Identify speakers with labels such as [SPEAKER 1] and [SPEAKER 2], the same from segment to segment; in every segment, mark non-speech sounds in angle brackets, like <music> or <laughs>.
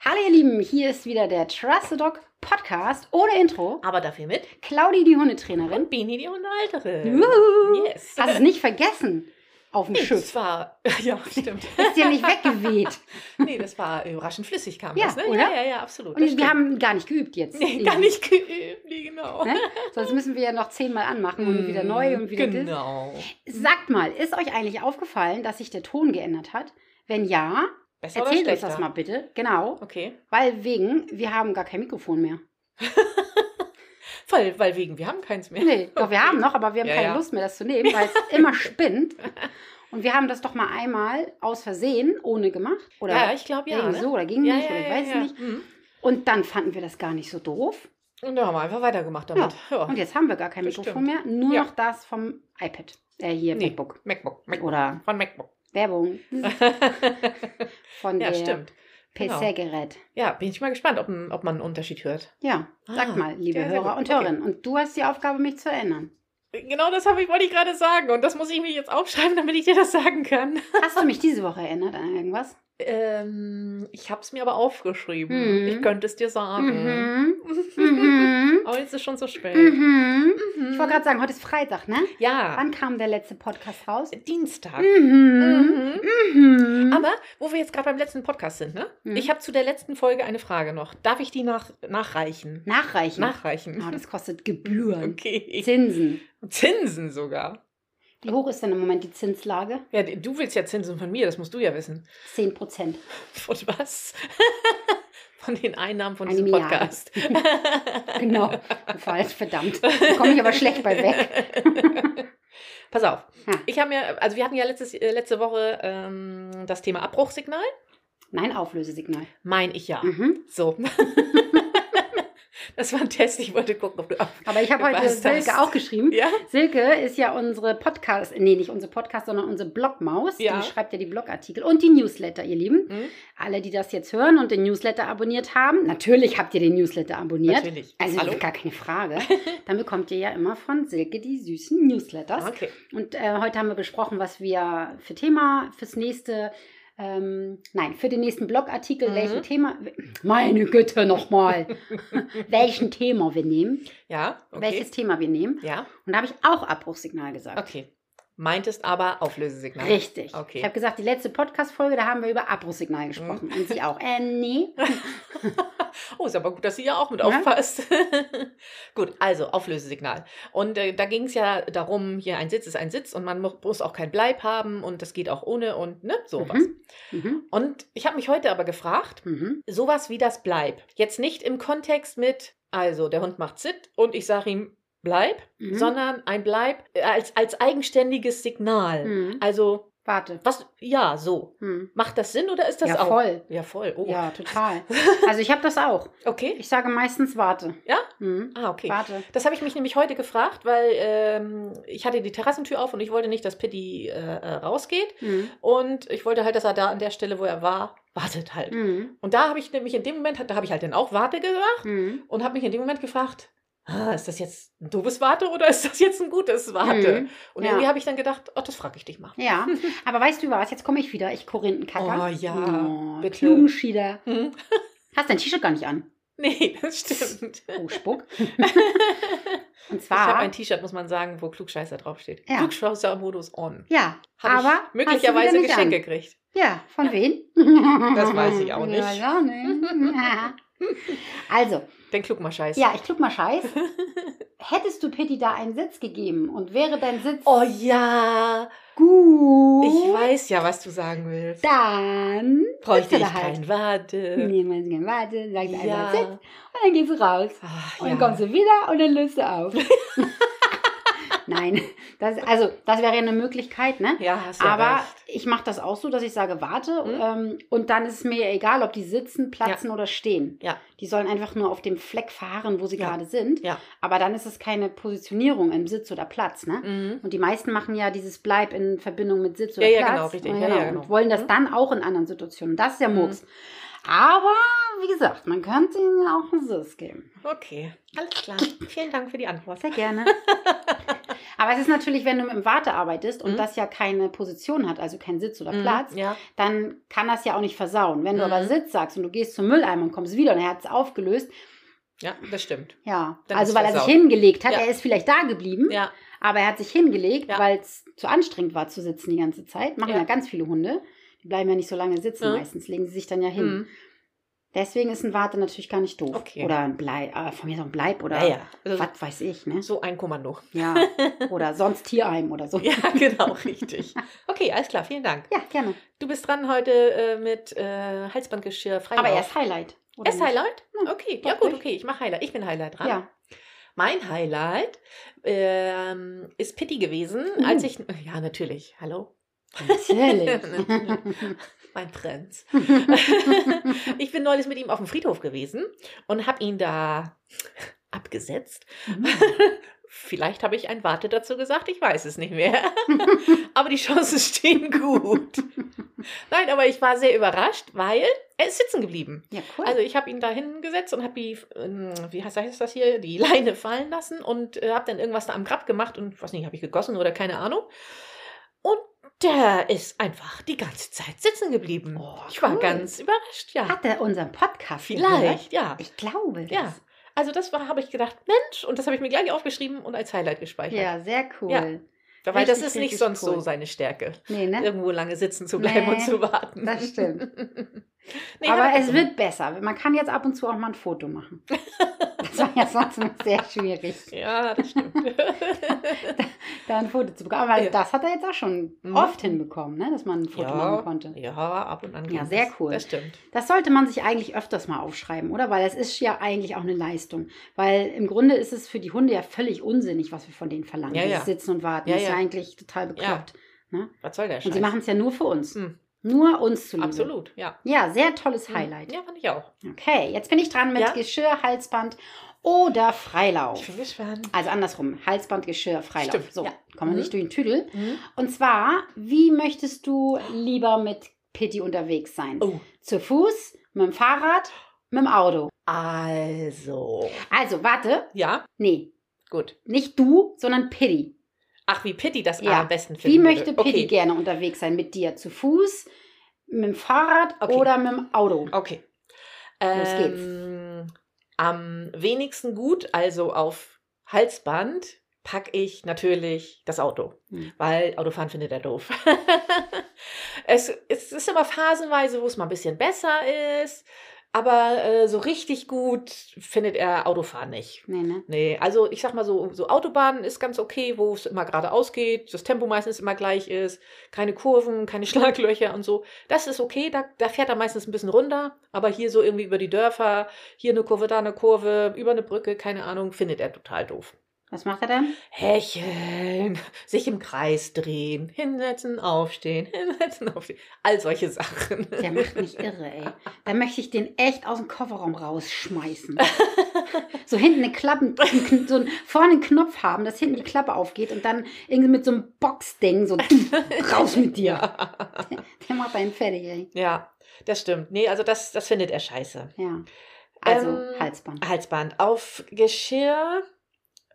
[SPEAKER 1] Hallo ihr Lieben, hier ist wieder der Trust the Dog Podcast ohne Intro.
[SPEAKER 2] Aber dafür mit
[SPEAKER 1] Claudi, die Hundetrainerin.
[SPEAKER 2] Bini, die Hundehalterin.
[SPEAKER 1] Juhu.
[SPEAKER 2] Yes.
[SPEAKER 1] Hast es nicht vergessen auf dem
[SPEAKER 2] Nee,
[SPEAKER 1] Schiff.
[SPEAKER 2] Das war, <laughs> ja, stimmt.
[SPEAKER 1] Ist ja nicht
[SPEAKER 2] <laughs>
[SPEAKER 1] weggeweht.
[SPEAKER 2] nee, das war überraschend flüssig kam
[SPEAKER 1] Ja,
[SPEAKER 2] das, ne?
[SPEAKER 1] oder?
[SPEAKER 2] Ja, ja, ja, absolut.
[SPEAKER 1] Und
[SPEAKER 2] das
[SPEAKER 1] wir
[SPEAKER 2] stimmt.
[SPEAKER 1] haben gar nicht geübt jetzt.
[SPEAKER 2] nee, gar nicht geübt, nee, genau. Hm,
[SPEAKER 1] Ne? Sonst müssen wir ja noch zehnmal anmachen und wieder neu und wieder das.
[SPEAKER 2] Genau.
[SPEAKER 1] Sagt mal, ist euch eigentlich aufgefallen, dass sich der Ton geändert hat? Wenn ja,
[SPEAKER 2] Besser oder
[SPEAKER 1] erzählt uns
[SPEAKER 2] schlechter?
[SPEAKER 1] das mal bitte. Genau.
[SPEAKER 2] Okay.
[SPEAKER 1] Weil wegen, wir haben gar kein Mikrofon mehr.
[SPEAKER 2] Voll, weil wegen, wir haben keins mehr. <laughs>
[SPEAKER 1] Nee, doch, wir haben noch, aber wir haben
[SPEAKER 2] Ja,
[SPEAKER 1] keine
[SPEAKER 2] ja.
[SPEAKER 1] Lust mehr, das zu nehmen, weil es
[SPEAKER 2] <laughs>
[SPEAKER 1] immer spinnt. Und wir haben das doch mal einmal aus Versehen ohne gemacht. Oder
[SPEAKER 2] ja, ich glaube ja.
[SPEAKER 1] irgendwie
[SPEAKER 2] Ne?
[SPEAKER 1] so, oder ging
[SPEAKER 2] ja,
[SPEAKER 1] nicht,
[SPEAKER 2] ja,
[SPEAKER 1] oder ich
[SPEAKER 2] ja,
[SPEAKER 1] weiß
[SPEAKER 2] ja.
[SPEAKER 1] nicht.
[SPEAKER 2] Mhm.
[SPEAKER 1] Und dann fanden wir das gar nicht so doof.
[SPEAKER 2] Und da haben wir einfach weitergemacht damit. Ja.
[SPEAKER 1] Und jetzt haben wir gar kein
[SPEAKER 2] Das
[SPEAKER 1] Mikrofon mehr, nur
[SPEAKER 2] Ja.
[SPEAKER 1] noch das vom iPad. Äh, hier,
[SPEAKER 2] Nee.
[SPEAKER 1] MacBook.
[SPEAKER 2] MacBook, MacBook.
[SPEAKER 1] Oder
[SPEAKER 2] Von MacBook.
[SPEAKER 1] Werbung von
[SPEAKER 2] <laughs> ja,
[SPEAKER 1] der
[SPEAKER 2] stimmt. genau.
[SPEAKER 1] PC-Gerät.
[SPEAKER 2] Ja, bin ich mal gespannt, ob, ob man einen Unterschied hört.
[SPEAKER 1] Ja, sag
[SPEAKER 2] Ah,
[SPEAKER 1] mal, liebe
[SPEAKER 2] ja, sehr
[SPEAKER 1] Hörer
[SPEAKER 2] gut.
[SPEAKER 1] und
[SPEAKER 2] Okay.
[SPEAKER 1] Hörerinnen. Und du hast die Aufgabe, mich zu erinnern.
[SPEAKER 2] Genau das habe ich, wollte ich gerade sagen. Und das muss ich mir jetzt aufschreiben, damit ich dir das sagen kann.
[SPEAKER 1] Hast du mich diese Woche erinnert an irgendwas?
[SPEAKER 2] Ähm, ich habe es mir aber aufgeschrieben.
[SPEAKER 1] Mhm.
[SPEAKER 2] Ich könnte es dir sagen. <laughs>
[SPEAKER 1] Mhm. Mhm.
[SPEAKER 2] aber jetzt ist schon so spät.
[SPEAKER 1] Mhm.
[SPEAKER 2] Mhm.
[SPEAKER 1] Ich wollte gerade sagen, heute ist Freitag, ne?
[SPEAKER 2] Ja,
[SPEAKER 1] Wann kam der letzte Podcast raus?
[SPEAKER 2] Dienstag.
[SPEAKER 1] Mhm.
[SPEAKER 2] Mhm.
[SPEAKER 1] Mhm.
[SPEAKER 2] Aber wo wir jetzt gerade beim letzten Podcast sind, ne?
[SPEAKER 1] Mhm.
[SPEAKER 2] Ich habe zu der letzten Folge eine Frage noch. Darf ich die nach, nachreichen?
[SPEAKER 1] Nachreichen.
[SPEAKER 2] Nachreichen.
[SPEAKER 1] Oh,
[SPEAKER 2] <laughs>
[SPEAKER 1] das kostet Gebühren.
[SPEAKER 2] Okay.
[SPEAKER 1] Zinsen.
[SPEAKER 2] Zinsen sogar.
[SPEAKER 1] Wie hoch ist denn im Moment die Zinslage?
[SPEAKER 2] Ja, du willst ja Zinsen von mir, das musst du ja wissen.
[SPEAKER 1] 10 Prozent.
[SPEAKER 2] Von was? <laughs> von den Einnahmen von
[SPEAKER 1] Eine
[SPEAKER 2] diesem
[SPEAKER 1] Milliarde.
[SPEAKER 2] Podcast. <laughs>
[SPEAKER 1] Genau. Falsch, verdammt. Da komme ich aber schlecht bei Hm. weg.
[SPEAKER 2] <laughs> Pass auf.
[SPEAKER 1] Ja.
[SPEAKER 2] Ich habe mir, also wir hatten ja letztes, äh, letzte Woche ähm, das Thema Abbruchsignal.
[SPEAKER 1] Nein, Auflösesignal.
[SPEAKER 2] Mein ich ja.
[SPEAKER 1] Mhm.
[SPEAKER 2] So. <laughs> das war ein Test. Ich wollte gucken, ob du ab.
[SPEAKER 1] Aber ich habe
[SPEAKER 2] Du
[SPEAKER 1] heute
[SPEAKER 2] weißt
[SPEAKER 1] Silke
[SPEAKER 2] das.
[SPEAKER 1] auch geschrieben.
[SPEAKER 2] Ja?
[SPEAKER 1] Silke ist ja unsere Podcast, nee, nicht unsere Podcast, sondern unsere Blogmaus.
[SPEAKER 2] Ja.
[SPEAKER 1] Die schreibt ja die Blogartikel und die Newsletter, ihr Lieben.
[SPEAKER 2] Hm?
[SPEAKER 1] Alle, die das jetzt hören und den Newsletter abonniert haben, natürlich habt ihr den Newsletter abonniert.
[SPEAKER 2] Natürlich.
[SPEAKER 1] Also
[SPEAKER 2] Hallo?
[SPEAKER 1] gar keine
[SPEAKER 2] <laughs>
[SPEAKER 1] Frage. Dann bekommt ihr ja immer von Silke die süßen Newsletters.
[SPEAKER 2] Okay.
[SPEAKER 1] Und äh, heute haben wir besprochen, was wir für Thema, fürs nächste, ähm, nein, für den nächsten Blogartikel,
[SPEAKER 2] Mhm.
[SPEAKER 1] welchen Thema, meine Güte
[SPEAKER 2] <laughs>
[SPEAKER 1] nochmal, <laughs> welchen Thema wir nehmen,
[SPEAKER 2] Ja, okay.
[SPEAKER 1] welches Thema wir nehmen.
[SPEAKER 2] Ja,
[SPEAKER 1] Und da habe ich auch Abbruchssignal gesagt.
[SPEAKER 2] okay. Meintest aber Auflösesignal.
[SPEAKER 1] Richtig.
[SPEAKER 2] Okay. Mhm.
[SPEAKER 1] Ich habe gesagt, die letzte Podcast-Folge, da haben wir über Abbruchssignal gesprochen. Und sie auch. Äh, nee.
[SPEAKER 2] <laughs> Oh, ist aber gut, dass sie ja auch mit
[SPEAKER 1] Ja.
[SPEAKER 2] aufpasst. <laughs> gut, also Auflösesignal. Und äh, da ging es ja darum, hier ein Sitz ist ein Sitz und man mu- muss auch keinen Bleib haben und das geht auch ohne und ne, sowas.
[SPEAKER 1] Mhm. Mhm.
[SPEAKER 2] Und ich habe mich heute aber gefragt,
[SPEAKER 1] Mhm.
[SPEAKER 2] sowas wie das Bleib. Jetzt nicht im Kontext mit, also der Hund macht Sit und ich sage ihm Bleib,
[SPEAKER 1] Mhm.
[SPEAKER 2] sondern ein Bleib äh, als, als eigenständiges Signal.
[SPEAKER 1] Mhm.
[SPEAKER 2] Also,
[SPEAKER 1] Warte.
[SPEAKER 2] was, ja, so.
[SPEAKER 1] Mhm.
[SPEAKER 2] Macht das Sinn oder ist das
[SPEAKER 1] ja,
[SPEAKER 2] auch?
[SPEAKER 1] voll.
[SPEAKER 2] Ja, voll. Oh,
[SPEAKER 1] Ja, total. Also ich habe das auch.
[SPEAKER 2] okay.
[SPEAKER 1] Ich sage meistens warte.
[SPEAKER 2] Ja?
[SPEAKER 1] Mhm.
[SPEAKER 2] Ah, okay.
[SPEAKER 1] Warte.
[SPEAKER 2] Das habe ich mich nämlich heute gefragt, weil ähm, ich hatte die Terrassentür auf und ich wollte nicht, dass Pitti äh, äh, rausgeht.
[SPEAKER 1] Mhm.
[SPEAKER 2] Und ich wollte halt, dass er da an der Stelle, wo er war, wartet halt.
[SPEAKER 1] Mhm.
[SPEAKER 2] Und da habe ich nämlich in dem Moment, da habe ich halt dann auch Warte gesagt.
[SPEAKER 1] Mhm.
[SPEAKER 2] und habe mich in dem Moment gefragt, ah, ist das jetzt ein doofes Warte oder ist das jetzt ein gutes Warte?
[SPEAKER 1] Mhm.
[SPEAKER 2] Und
[SPEAKER 1] ja.
[SPEAKER 2] irgendwie habe ich dann gedacht, oh, das frage ich dich mal. <laughs>
[SPEAKER 1] Ja, aber weißt du was? Jetzt komme ich wieder. Ich Korinthenkacker.
[SPEAKER 2] Oh ja,
[SPEAKER 1] Oh,
[SPEAKER 2] bitte.
[SPEAKER 1] Klugenschieder.
[SPEAKER 2] Hm? <laughs>
[SPEAKER 1] Hast dein T-Shirt gar nicht an.
[SPEAKER 2] Nee, das stimmt.
[SPEAKER 1] Oh,
[SPEAKER 2] <laughs>
[SPEAKER 1] Spuck. Und
[SPEAKER 2] Ich habe
[SPEAKER 1] zwar.
[SPEAKER 2] ein T-Shirt, muss man sagen, wo Klugscheißer draufsteht.
[SPEAKER 1] Ja,
[SPEAKER 2] Klugscheißer-Modus on.
[SPEAKER 1] ja,
[SPEAKER 2] Habe
[SPEAKER 1] Aber hast
[SPEAKER 2] ich
[SPEAKER 1] du
[SPEAKER 2] möglicherweise
[SPEAKER 1] wieder nicht
[SPEAKER 2] geschenkt
[SPEAKER 1] an.
[SPEAKER 2] gekriegt.
[SPEAKER 1] ja. Von wem?
[SPEAKER 2] Das weiß ich auch nicht.
[SPEAKER 1] Ja, ja,
[SPEAKER 2] <laughs>
[SPEAKER 1] nee. Also,
[SPEAKER 2] Denn klug mal Scheiß.
[SPEAKER 1] ja, ich klug mal Scheiß. Hättest du Pitti da einen Sitz gegeben und wäre dein Sitz
[SPEAKER 2] Oh ja,
[SPEAKER 1] gut,
[SPEAKER 2] ich weiß ja, was du sagen willst.
[SPEAKER 1] dann
[SPEAKER 2] Bräuchte
[SPEAKER 1] sitzt
[SPEAKER 2] ich
[SPEAKER 1] er da halt.
[SPEAKER 2] kein Warte.
[SPEAKER 1] nehmen wir uns gerne Warte, sagt einfach Sitz
[SPEAKER 2] Äh. Ja.
[SPEAKER 1] und dann gehst du raus.
[SPEAKER 2] Ach,
[SPEAKER 1] Und dann
[SPEAKER 2] ja.
[SPEAKER 1] kommst du wieder und dann löst du
[SPEAKER 2] <laughs>
[SPEAKER 1] auf. Nein, das, also das wäre ja eine Möglichkeit, ne?
[SPEAKER 2] ja, hast ja
[SPEAKER 1] Aber
[SPEAKER 2] recht.
[SPEAKER 1] ich mache das auch so, dass ich sage, warte,
[SPEAKER 2] Mhm.
[SPEAKER 1] ähm, und dann ist es mir egal, ob die sitzen, platzen oder stehen.
[SPEAKER 2] Ja.
[SPEAKER 1] Die sollen einfach nur auf dem Fleck fahren, wo sie
[SPEAKER 2] Ja.
[SPEAKER 1] gerade sind.
[SPEAKER 2] Ja.
[SPEAKER 1] Aber dann ist es keine Positionierung im Sitz oder Platz, ne?
[SPEAKER 2] Mhm.
[SPEAKER 1] Und die meisten machen ja dieses Bleib in Verbindung mit Sitz
[SPEAKER 2] Ja,
[SPEAKER 1] oder
[SPEAKER 2] ja,
[SPEAKER 1] Platz.
[SPEAKER 2] genau, richtig.
[SPEAKER 1] Und
[SPEAKER 2] Ja, ja, genau.
[SPEAKER 1] Und wollen das
[SPEAKER 2] Mhm.
[SPEAKER 1] dann auch in anderen Situationen. Das ist ja
[SPEAKER 2] Mhm.
[SPEAKER 1] Murks. Aber, wie gesagt, man könnte ihnen ja auch einen Sitz geben.
[SPEAKER 2] <laughs> Okay, alles klar. Vielen Dank für die Antwort.
[SPEAKER 1] Sehr gerne. Aber es ist natürlich, wenn du im Warte arbeitest und
[SPEAKER 2] Mhm.
[SPEAKER 1] das ja keine Position hat, also keinen Sitz oder
[SPEAKER 2] Mhm,
[SPEAKER 1] Platz,
[SPEAKER 2] Ja.
[SPEAKER 1] dann kann das ja auch nicht versauen. Wenn du
[SPEAKER 2] Mhm.
[SPEAKER 1] aber Sitz sagst und du gehst zum Mülleimer und kommst wieder und er hat es aufgelöst,
[SPEAKER 2] ja, das stimmt.
[SPEAKER 1] ja,
[SPEAKER 2] Dann
[SPEAKER 1] also
[SPEAKER 2] ist
[SPEAKER 1] weil er sich
[SPEAKER 2] versaut.
[SPEAKER 1] hingelegt hat,
[SPEAKER 2] Ja.
[SPEAKER 1] er ist vielleicht da geblieben,
[SPEAKER 2] Ja,
[SPEAKER 1] aber er hat sich hingelegt,
[SPEAKER 2] Ja.
[SPEAKER 1] weil es zu anstrengend war zu sitzen die ganze Zeit. Machen ja,
[SPEAKER 2] Ja.
[SPEAKER 1] ganz viele Hunde. Die bleiben ja nicht so lange sitzen
[SPEAKER 2] Mhm.
[SPEAKER 1] meistens, legen sie sich dann ja hin.
[SPEAKER 2] mhm.
[SPEAKER 1] Deswegen ist ein Warte natürlich gar nicht doof.
[SPEAKER 2] Okay.
[SPEAKER 1] Oder ein Bleib, äh, von mir so ein Bleib oder
[SPEAKER 2] ja, ja. Also,
[SPEAKER 1] was weiß ich, ne?
[SPEAKER 2] so ein Kommando. <laughs>
[SPEAKER 1] Ja. Oder sonst Tierheim oder so.
[SPEAKER 2] Ja, genau, richtig. Okay, alles klar, vielen Dank.
[SPEAKER 1] Ja, gerne.
[SPEAKER 2] Du bist dran heute äh, mit äh, Halsbandgeschirr frei.
[SPEAKER 1] Aber erst Highlight. oder
[SPEAKER 2] Erst
[SPEAKER 1] nicht?
[SPEAKER 2] Highlight?
[SPEAKER 1] Ja,
[SPEAKER 2] Hm, Okay,
[SPEAKER 1] doch
[SPEAKER 2] ja gut,
[SPEAKER 1] ruhig.
[SPEAKER 2] okay, ich mache Highlight. Ich bin Highlight dran.
[SPEAKER 1] Ja.
[SPEAKER 2] Mein Highlight ähm, ist Pitti gewesen,
[SPEAKER 1] Uh.
[SPEAKER 2] als ich. Ja, natürlich. Hallo, <laughs>
[SPEAKER 1] Natürlich.
[SPEAKER 2] mein Prinz. <laughs> ich bin neulich mit ihm auf dem Friedhof gewesen und habe ihn da abgesetzt. <laughs> Vielleicht habe ich ein Warte dazu gesagt, ich weiß es nicht mehr. aber die Chancen stehen gut. Nein, aber ich war sehr überrascht, weil er ist sitzen geblieben.
[SPEAKER 1] ja, cool.
[SPEAKER 2] Also ich habe ihn da hingesetzt und habe die, ähm, wie heißt, heißt das hier, die Leine fallen lassen und äh, habe dann irgendwas da am Grab gemacht und was nicht, habe ich gegossen oder keine Ahnung. Und der ist einfach die ganze Zeit sitzen geblieben.
[SPEAKER 1] Oh,
[SPEAKER 2] ich war
[SPEAKER 1] cool.
[SPEAKER 2] ganz überrascht, ja.
[SPEAKER 1] hat er unseren Podcast gehört?
[SPEAKER 2] Vielleicht, ja.
[SPEAKER 1] Ich glaube.
[SPEAKER 2] Ja. Also das war, habe ich gedacht, Mensch, und das habe ich mir gleich aufgeschrieben und als Highlight
[SPEAKER 1] das.
[SPEAKER 2] gespeichert.
[SPEAKER 1] Ja, sehr cool.
[SPEAKER 2] Ja. Weil das
[SPEAKER 1] richtig,
[SPEAKER 2] ist nicht
[SPEAKER 1] richtig
[SPEAKER 2] sonst
[SPEAKER 1] cool.
[SPEAKER 2] so seine Stärke,
[SPEAKER 1] Nee, ne?
[SPEAKER 2] irgendwo lange sitzen zu bleiben
[SPEAKER 1] Nee,
[SPEAKER 2] und zu warten.
[SPEAKER 1] das stimmt.
[SPEAKER 2] <laughs> Nee,
[SPEAKER 1] Aber
[SPEAKER 2] hat er
[SPEAKER 1] es
[SPEAKER 2] gemacht.
[SPEAKER 1] wird besser. Man kann jetzt ab und zu auch mal ein Foto machen. Das war ja sonst immer sehr schwierig,
[SPEAKER 2] Ja, das
[SPEAKER 1] <laughs>
[SPEAKER 2] stimmt.
[SPEAKER 1] da ein Foto zu bekommen. Aber
[SPEAKER 2] Ja.
[SPEAKER 1] das hat er jetzt auch schon
[SPEAKER 2] Mhm.
[SPEAKER 1] oft hinbekommen, ne? dass man ein Foto
[SPEAKER 2] Ja.
[SPEAKER 1] machen konnte.
[SPEAKER 2] Ja, ab und an.
[SPEAKER 1] Ja,
[SPEAKER 2] geht
[SPEAKER 1] sehr
[SPEAKER 2] das.
[SPEAKER 1] cool.
[SPEAKER 2] Das stimmt.
[SPEAKER 1] Das sollte man sich eigentlich öfters mal aufschreiben, oder? Weil es ist ja eigentlich auch eine Leistung. Weil im Grunde ist es für die Hunde ja völlig unsinnig, was wir von denen verlangen.
[SPEAKER 2] Ja,
[SPEAKER 1] Dieses
[SPEAKER 2] ja.
[SPEAKER 1] Sitzen und Warten
[SPEAKER 2] Ja,
[SPEAKER 1] ist ja
[SPEAKER 2] ja.
[SPEAKER 1] eigentlich total bekloppt.
[SPEAKER 2] Was soll der Scheiß?
[SPEAKER 1] Und sie machen es ja nur für uns.
[SPEAKER 2] Hm.
[SPEAKER 1] Nur uns zu lieben.
[SPEAKER 2] Absolut, ja. Mhm.
[SPEAKER 1] Ja, sehr tolles Highlight.
[SPEAKER 2] Ja, fand ich auch.
[SPEAKER 1] Okay, jetzt bin ich dran mit
[SPEAKER 2] Ja?
[SPEAKER 1] Geschirr, Halsband oder
[SPEAKER 2] Ich
[SPEAKER 1] Freilauf.
[SPEAKER 2] bin gespannt.
[SPEAKER 1] Also andersrum, Halsband, Geschirr, Freilauf.
[SPEAKER 2] Stimmt,
[SPEAKER 1] so,
[SPEAKER 2] ja.
[SPEAKER 1] kommen wir
[SPEAKER 2] Mhm.
[SPEAKER 1] nicht durch den Tüdel.
[SPEAKER 2] Mhm.
[SPEAKER 1] Und zwar, wie möchtest du lieber mit Pitti unterwegs sein?
[SPEAKER 2] Oh.
[SPEAKER 1] Zu Fuß, mit dem Fahrrad, mit dem Auto?
[SPEAKER 2] Also.
[SPEAKER 1] Also, warte.
[SPEAKER 2] Ja,
[SPEAKER 1] Nee,
[SPEAKER 2] gut.
[SPEAKER 1] nicht du, sondern Pitti.
[SPEAKER 2] Ach, wie Pitti das
[SPEAKER 1] Ja.
[SPEAKER 2] am besten
[SPEAKER 1] Wie
[SPEAKER 2] finden
[SPEAKER 1] möchte
[SPEAKER 2] würde.
[SPEAKER 1] Pitti gerne unterwegs sein? Mit dir? Zu Fuß, mit dem Fahrrad
[SPEAKER 2] Okay.
[SPEAKER 1] oder mit dem Auto?
[SPEAKER 2] Okay. okay.
[SPEAKER 1] Los
[SPEAKER 2] Ähm, am wenigsten gut, also auf Halsband, packe ich natürlich das Auto,
[SPEAKER 1] Hm.
[SPEAKER 2] weil Autofahren findet er doof. <laughs> es, es ist immer phasenweise, wo es mal ein bisschen besser ist, aber äh, so richtig gut findet er Autofahren nicht.
[SPEAKER 1] Nee, ne?
[SPEAKER 2] Nee, also ich sag mal so, so Autobahn ist ganz okay, wo es immer geradeaus geht, das Tempo meistens immer gleich ist, keine Kurven, keine <laughs> Schlaglöcher und so. Das ist okay, da, da fährt er meistens ein bisschen runter, aber hier so irgendwie über die Dörfer, hier eine Kurve, da eine Kurve, über eine Brücke, keine Ahnung, findet er total doof.
[SPEAKER 1] Was macht er dann?
[SPEAKER 2] Hecheln, <laughs> sich im Kreis drehen, hinsetzen, aufstehen, <laughs> hinsetzen, aufstehen, all solche Sachen. <laughs>
[SPEAKER 1] Der macht mich irre, ey. Da möchte ich den echt aus dem Kofferraum
[SPEAKER 2] <laughs>
[SPEAKER 1] rausschmeißen. So hinten eine Klappe, so einen, vorne einen Knopf haben, dass hinten die Klappe aufgeht und dann irgendwie mit so einem Boxding so
[SPEAKER 2] <laughs>
[SPEAKER 1] raus mit dir.
[SPEAKER 2] ja.
[SPEAKER 1] Der macht einen fertig, ey.
[SPEAKER 2] ja, das stimmt. Nee, also das, das findet er scheiße.
[SPEAKER 1] Ja. Also
[SPEAKER 2] Ähm,
[SPEAKER 1] Halsband.
[SPEAKER 2] Halsband. Auf Geschirr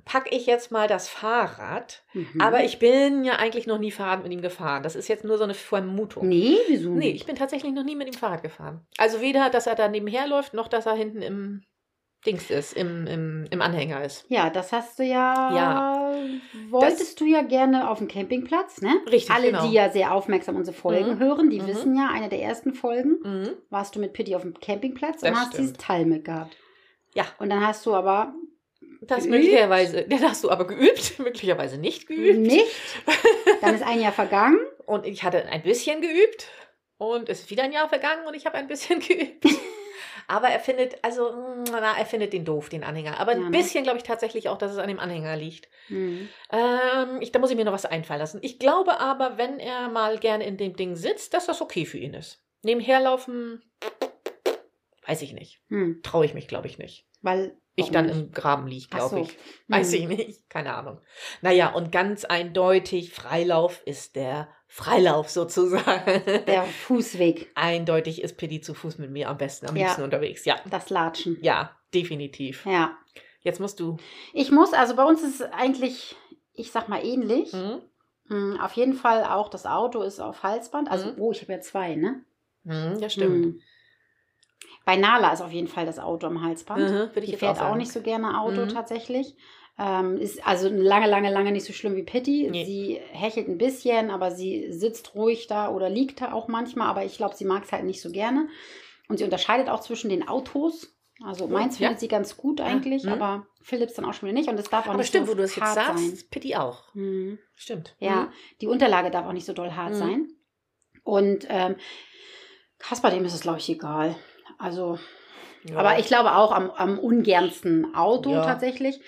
[SPEAKER 2] packe ich jetzt mal das Fahrrad.
[SPEAKER 1] Mhm.
[SPEAKER 2] Aber ich bin ja eigentlich noch nie Fahrrad mit ihm gefahren. Das ist jetzt nur so eine Vermutung.
[SPEAKER 1] Nee, wieso
[SPEAKER 2] Nee,
[SPEAKER 1] nicht?
[SPEAKER 2] ich bin tatsächlich noch nie mit ihm Fahrrad gefahren. Also weder, dass er da nebenher läuft, noch dass er hinten im Dings ist, im, im, im Anhänger ist.
[SPEAKER 1] Ja, das hast du ja. Wolltest
[SPEAKER 2] Das-
[SPEAKER 1] du ja gerne auf dem Campingplatz, ne?
[SPEAKER 2] Richtig,
[SPEAKER 1] Alle,
[SPEAKER 2] genau.
[SPEAKER 1] die ja sehr aufmerksam unsere Folgen
[SPEAKER 2] Mhm.
[SPEAKER 1] hören, die
[SPEAKER 2] Mhm.
[SPEAKER 1] wissen ja, eine der ersten Folgen
[SPEAKER 2] Mhm.
[SPEAKER 1] warst du mit Pitti auf dem Campingplatz und
[SPEAKER 2] Das
[SPEAKER 1] hast dieses
[SPEAKER 2] stimmt.
[SPEAKER 1] Teil mit gehabt.
[SPEAKER 2] Ja.
[SPEAKER 1] Und dann hast du aber
[SPEAKER 2] Das
[SPEAKER 1] Geübt?
[SPEAKER 2] möglicherweise, <laughs> den hast du aber geübt, möglicherweise nicht geübt.
[SPEAKER 1] nicht.
[SPEAKER 2] <laughs>
[SPEAKER 1] Dann ist ein Jahr vergangen.
[SPEAKER 2] Und ich hatte ein bisschen geübt und es ist wieder ein Jahr vergangen und ich habe ein bisschen <laughs> geübt. Aber er findet, also, mm, na, er findet den doof, den Anhänger. Aber
[SPEAKER 1] Ja,
[SPEAKER 2] ein
[SPEAKER 1] ne?
[SPEAKER 2] bisschen glaube ich tatsächlich auch, dass es an dem Anhänger liegt.
[SPEAKER 1] Mhm.
[SPEAKER 2] Ähm, ich, da muss ich mir noch was einfallen lassen. Ich glaube aber, wenn er mal gerne in dem Ding sitzt, dass das okay für ihn ist. Nebenher laufen, weiß ich nicht.
[SPEAKER 1] Mhm.
[SPEAKER 2] Traue ich mich, glaube ich, nicht.
[SPEAKER 1] Weil. Hm.
[SPEAKER 2] Ich dann im Graben liege,
[SPEAKER 1] Ach so.
[SPEAKER 2] glaube ich. Weiß ich nicht, keine Ahnung. Naja, und ganz eindeutig, Freilauf ist der Freilauf sozusagen.
[SPEAKER 1] <laughs> Der Fußweg,
[SPEAKER 2] Eindeutig ist Pitti zu Fuß mit mir am besten, am
[SPEAKER 1] Ja.
[SPEAKER 2] liebsten unterwegs. Ja,
[SPEAKER 1] das Latschen.
[SPEAKER 2] ja, definitiv.
[SPEAKER 1] Ja.
[SPEAKER 2] Jetzt musst du.
[SPEAKER 1] Ich muss, also bei uns ist es eigentlich ich sag mal, ähnlich.
[SPEAKER 2] Hm?
[SPEAKER 1] Mm, Auf jeden Fall auch das Auto ist auf Halsband. Also, oh, ich habe ja zwei, ne?
[SPEAKER 2] Hm, ja, Mhm. stimmt.
[SPEAKER 1] Mm. Bei Nala ist auf jeden Fall das Auto am Halsband.
[SPEAKER 2] Mhm, würde ich
[SPEAKER 1] Die
[SPEAKER 2] jetzt
[SPEAKER 1] fährt auch,
[SPEAKER 2] sagen.
[SPEAKER 1] nicht so gerne Auto
[SPEAKER 2] Mhm.
[SPEAKER 1] tatsächlich. Ähm, ist also lange, lange, lange nicht so schlimm wie Pitti.
[SPEAKER 2] Nee.
[SPEAKER 1] Sie hechelt ein bisschen, aber sie sitzt ruhig da oder liegt da auch manchmal. Aber ich glaube, sie mag es halt nicht so gerne. Und sie unterscheidet auch zwischen den Autos. Also meins
[SPEAKER 2] Oh, ja.
[SPEAKER 1] findet sie ganz gut eigentlich,
[SPEAKER 2] mhm.
[SPEAKER 1] aber Philips dann auch schon wieder nicht. Und das darf auch
[SPEAKER 2] Aber
[SPEAKER 1] nicht
[SPEAKER 2] stimmt,
[SPEAKER 1] so
[SPEAKER 2] wo du es jetzt
[SPEAKER 1] hart
[SPEAKER 2] sagst,
[SPEAKER 1] sein.
[SPEAKER 2] Pitti auch.
[SPEAKER 1] Mhm.
[SPEAKER 2] Stimmt.
[SPEAKER 1] Ja, die Unterlage darf auch nicht so doll hart
[SPEAKER 2] Mhm.
[SPEAKER 1] sein. Und ähm, Kasper, dem ist es, glaube ich, egal. Also,
[SPEAKER 2] Mhm. Ja.
[SPEAKER 1] aber ich glaube auch am, am ungernsten Auto
[SPEAKER 2] Ja.
[SPEAKER 1] tatsächlich.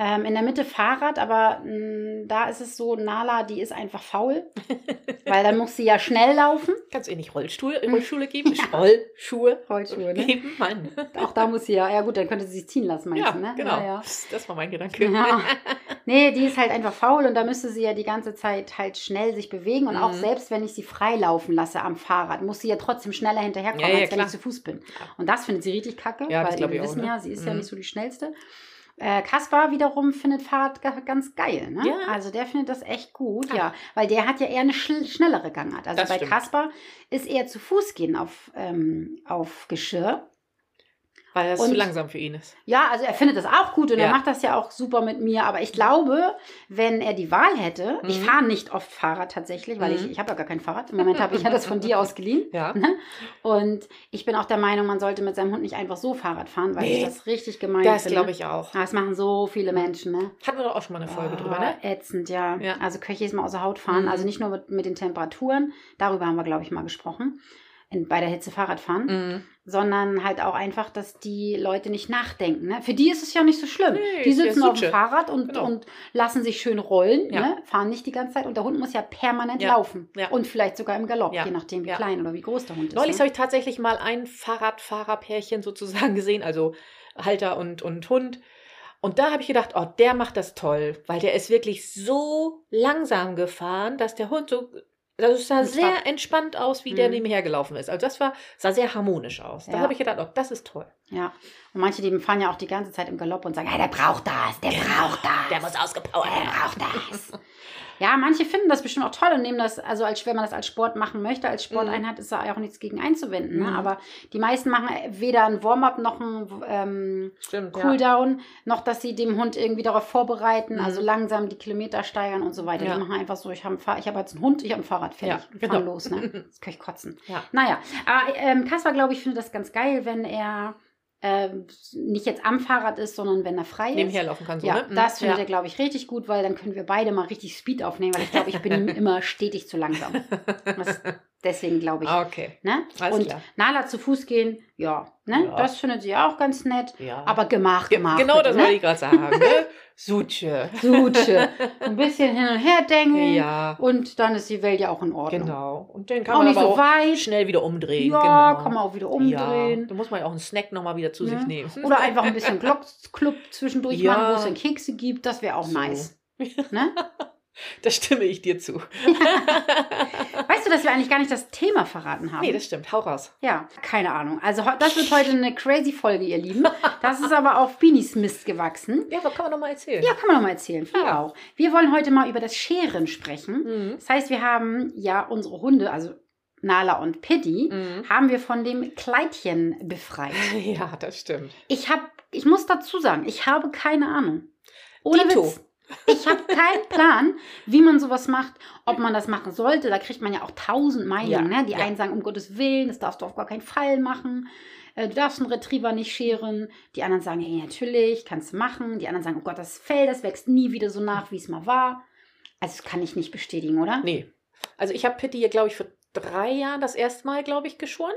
[SPEAKER 1] Ähm, in der Mitte Fahrrad, aber mh, da ist es so, Nala, die ist einfach
[SPEAKER 2] <laughs>
[SPEAKER 1] faul, weil dann muss sie ja schnell laufen.
[SPEAKER 2] Kannst du ihr nicht Rollstuhl,
[SPEAKER 1] Hm.
[SPEAKER 2] Rollschule geben? Rollschuhe
[SPEAKER 1] Rollschuhe, ne?
[SPEAKER 2] geben? Mann.
[SPEAKER 1] Auch da muss sie ja, ja gut, dann könnte sie sich ziehen lassen, meinst
[SPEAKER 2] Ja,
[SPEAKER 1] du, ne?
[SPEAKER 2] genau.
[SPEAKER 1] Ja, ja.
[SPEAKER 2] Psst, Das war mein Gedanke.
[SPEAKER 1] <laughs> Ja. Nee, die ist halt einfach faul und da müsste sie ja die ganze Zeit halt schnell sich bewegen. Und auch
[SPEAKER 2] Mhm.
[SPEAKER 1] selbst wenn ich sie freilaufen lasse am Fahrrad, muss sie ja trotzdem schneller hinterherkommen,
[SPEAKER 2] Ja, ja,
[SPEAKER 1] als wenn
[SPEAKER 2] klar.
[SPEAKER 1] ich zu Fuß bin. Und das findet sie richtig kacke,
[SPEAKER 2] Ja, das
[SPEAKER 1] weil
[SPEAKER 2] glaub
[SPEAKER 1] wir
[SPEAKER 2] ich auch,
[SPEAKER 1] wissen
[SPEAKER 2] ne?
[SPEAKER 1] ja, sie ist ja
[SPEAKER 2] Mhm.
[SPEAKER 1] nicht so die schnellste. Äh, Kaspar wiederum findet Fahrrad ga- ganz geil, ne?
[SPEAKER 2] Ja.
[SPEAKER 1] Also der findet das echt gut,
[SPEAKER 2] Ah.
[SPEAKER 1] ja. Weil der hat ja eher eine schl- schnellere Gangart. Also
[SPEAKER 2] Das
[SPEAKER 1] bei
[SPEAKER 2] stimmt.
[SPEAKER 1] Kaspar ist eher zu Fuß gehen auf, ähm, auf Geschirr.
[SPEAKER 2] Weil das
[SPEAKER 1] Und-
[SPEAKER 2] zu langsam für ihn ist.
[SPEAKER 1] Ja, also er findet das auch gut und er
[SPEAKER 2] Ja.
[SPEAKER 1] macht das ja auch super mit mir. Aber ich glaube, wenn er die Wahl hätte, ich
[SPEAKER 2] Mhm.
[SPEAKER 1] fahre nicht oft Fahrrad tatsächlich, weil
[SPEAKER 2] Mhm.
[SPEAKER 1] ich, ich habe ja gar kein Fahrrad. Im Moment habe ich ja das von
[SPEAKER 2] <laughs>
[SPEAKER 1] dir ausgeliehen.
[SPEAKER 2] Ja.
[SPEAKER 1] Und ich bin auch der Meinung, man sollte mit seinem Hund nicht einfach so Fahrrad fahren, weil ich
[SPEAKER 2] Nee.
[SPEAKER 1] das richtig gemein
[SPEAKER 2] Das
[SPEAKER 1] finde.
[SPEAKER 2] glaube ich auch.
[SPEAKER 1] Das machen so viele Menschen, ne?
[SPEAKER 2] Hatten wir doch auch schon mal eine Folge
[SPEAKER 1] Oh,
[SPEAKER 2] drüber, ne?
[SPEAKER 1] Ätzend, ja.
[SPEAKER 2] Ja.
[SPEAKER 1] Also Köche ist mal außer Haut fahren.
[SPEAKER 2] Mhm.
[SPEAKER 1] Also nicht nur mit, mit den Temperaturen, darüber haben wir, glaube ich, mal gesprochen. In, bei der Hitze Fahrrad fahren
[SPEAKER 2] Mhm.
[SPEAKER 1] sondern halt auch einfach, dass die Leute nicht nachdenken. Ne? Für die ist es ja nicht so schlimm.
[SPEAKER 2] Nee,
[SPEAKER 1] die
[SPEAKER 2] ist ja
[SPEAKER 1] sitzen auf dem
[SPEAKER 2] Sutsche.
[SPEAKER 1] Fahrrad und,
[SPEAKER 2] Genau.
[SPEAKER 1] und lassen sich schön rollen,
[SPEAKER 2] Ja.
[SPEAKER 1] ne? fahren nicht die ganze Zeit und der Hund muss ja permanent
[SPEAKER 2] Ja.
[SPEAKER 1] laufen
[SPEAKER 2] Ja.
[SPEAKER 1] und vielleicht sogar im Galopp,
[SPEAKER 2] Ja.
[SPEAKER 1] je nachdem wie
[SPEAKER 2] Ja.
[SPEAKER 1] klein oder wie groß der Hund
[SPEAKER 2] Neulich
[SPEAKER 1] ist. ne?
[SPEAKER 2] habe ich tatsächlich mal ein Fahrradfahrerpärchen sozusagen <laughs> gesehen, also Halter und, und Hund. Und da habe ich gedacht, oh, der macht das toll, weil der ist wirklich so langsam gefahren, dass der Hund so. Das sah
[SPEAKER 1] Entspannt.
[SPEAKER 2] sehr entspannt aus, wie der
[SPEAKER 1] Mhm.
[SPEAKER 2] nebenher gelaufen ist. Also das war, sah sehr harmonisch aus. Da
[SPEAKER 1] Ja.
[SPEAKER 2] habe ich gedacht, oh, das ist toll.
[SPEAKER 1] ja. Und manche, die fahren ja auch die ganze Zeit im Galopp und sagen, ja, der braucht das, der braucht das.
[SPEAKER 2] Der muss ausgepowert
[SPEAKER 1] Der braucht
[SPEAKER 2] werden.
[SPEAKER 1] das. Ja, manche finden das bestimmt auch toll und nehmen das, also als wenn man das als Sport machen möchte, als Sporteinheit ist da ja auch nichts gegen einzuwenden. Ne?
[SPEAKER 2] Mhm.
[SPEAKER 1] Aber die meisten machen weder ein Warm-up noch ein ähm,
[SPEAKER 2] Stimmt, ja.
[SPEAKER 1] Cooldown, noch dass sie dem Hund irgendwie darauf vorbereiten,
[SPEAKER 2] Mhm.
[SPEAKER 1] also langsam die Kilometer steigern und so weiter.
[SPEAKER 2] Ja.
[SPEAKER 1] Die machen einfach so, ich habe ich hab jetzt einen Hund, ich habe ein Fahrrad, fertig,
[SPEAKER 2] Ja,
[SPEAKER 1] fahren
[SPEAKER 2] genau.
[SPEAKER 1] los. Ne?
[SPEAKER 2] <laughs>
[SPEAKER 1] Das kann ich kotzen.
[SPEAKER 2] Ja.
[SPEAKER 1] Naja, aber ähm, Kaspar, glaube ich, findet das ganz geil, wenn er ähm, nicht jetzt am Fahrrad ist, sondern wenn er frei ist.
[SPEAKER 2] Nebenher laufen kann so,
[SPEAKER 1] Ja,
[SPEAKER 2] ne? Mhm.
[SPEAKER 1] das findet
[SPEAKER 2] ja.
[SPEAKER 1] er, glaube ich, richtig gut, weil dann können wir beide mal richtig Speed aufnehmen, weil ich glaube, ich bin ihm
[SPEAKER 2] <laughs>
[SPEAKER 1] immer stetig zu langsam. Das, deswegen glaube ich.
[SPEAKER 2] Ah, Okay,
[SPEAKER 1] Ne?
[SPEAKER 2] alles
[SPEAKER 1] Und
[SPEAKER 2] klar.
[SPEAKER 1] Nala zu Fuß gehen, ja, ne?
[SPEAKER 2] Ja.
[SPEAKER 1] das findet sie auch ganz nett.
[SPEAKER 2] Ja.
[SPEAKER 1] Aber gemacht,
[SPEAKER 2] Ge-
[SPEAKER 1] gemacht. ne?
[SPEAKER 2] genau das
[SPEAKER 1] bitte,
[SPEAKER 2] wollte ich gerade sagen.
[SPEAKER 1] <laughs>
[SPEAKER 2] Ne? Suche.
[SPEAKER 1] Suche.
[SPEAKER 2] <laughs>
[SPEAKER 1] Ein bisschen hin und her dengeln.
[SPEAKER 2] Ja,
[SPEAKER 1] Und dann ist die Welt ja auch in Ordnung.
[SPEAKER 2] genau. Und den kann
[SPEAKER 1] Auch
[SPEAKER 2] man
[SPEAKER 1] nicht
[SPEAKER 2] aber
[SPEAKER 1] so
[SPEAKER 2] auch
[SPEAKER 1] weit.
[SPEAKER 2] schnell wieder umdrehen.
[SPEAKER 1] Ja,
[SPEAKER 2] genau.
[SPEAKER 1] kann man auch wieder
[SPEAKER 2] Ja,
[SPEAKER 1] umdrehen.
[SPEAKER 2] da muss man ja auch einen Snack nochmal wieder zu
[SPEAKER 1] Ne?
[SPEAKER 2] sich nehmen. <laughs>
[SPEAKER 1] Oder einfach ein bisschen Glocksclub zwischendurch
[SPEAKER 2] Ja.
[SPEAKER 1] machen, wo es dann Kekse gibt. Das wäre auch
[SPEAKER 2] So.
[SPEAKER 1] nice. Ne?
[SPEAKER 2] Da stimme ich dir zu.
[SPEAKER 1] Weißt du, dass wir eigentlich gar nicht das Thema verraten haben?
[SPEAKER 2] Nee, das stimmt. Hau raus.
[SPEAKER 1] Ja, keine Ahnung. Also heu- das wird heute eine crazy Folge, ihr Lieben. Das ist aber auf Beanies Mist gewachsen.
[SPEAKER 2] Ja, aber kann man nochmal erzählen.
[SPEAKER 1] Ja, kann man doch mal erzählen. Finde ich
[SPEAKER 2] Ja.
[SPEAKER 1] auch. Wir wollen heute mal über das Scheren sprechen.
[SPEAKER 2] Mhm.
[SPEAKER 1] Das heißt, wir haben ja unsere Hunde, also Nala und Pitti,
[SPEAKER 2] Mhm. <laughs>
[SPEAKER 1] haben wir von dem Kleidchen befreit.
[SPEAKER 2] Ja, das stimmt.
[SPEAKER 1] Ich habe, ich muss dazu sagen, ich habe keine Ahnung. Ohne
[SPEAKER 2] Dito.
[SPEAKER 1] Witz. Ich habe keinen
[SPEAKER 2] <laughs>
[SPEAKER 1] Plan, wie man sowas macht, ob man das machen sollte. Da kriegt man ja auch tausend Meinungen.
[SPEAKER 2] Ja,
[SPEAKER 1] ne? Die
[SPEAKER 2] ja.
[SPEAKER 1] einen sagen, um Gottes Willen, das darfst du auf gar keinen Fall machen. Äh, Du darfst einen Retriever nicht scheren. Die anderen sagen, hey, natürlich, kannst du machen. Die anderen sagen, oh Gott, das Fell, das wächst nie wieder so nach, wie es mal war. Also das kann ich nicht bestätigen, oder?
[SPEAKER 2] Nee. Also ich habe Pitti hier, glaube ich, vor drei Jahren das erste Mal, glaube ich, geschoren.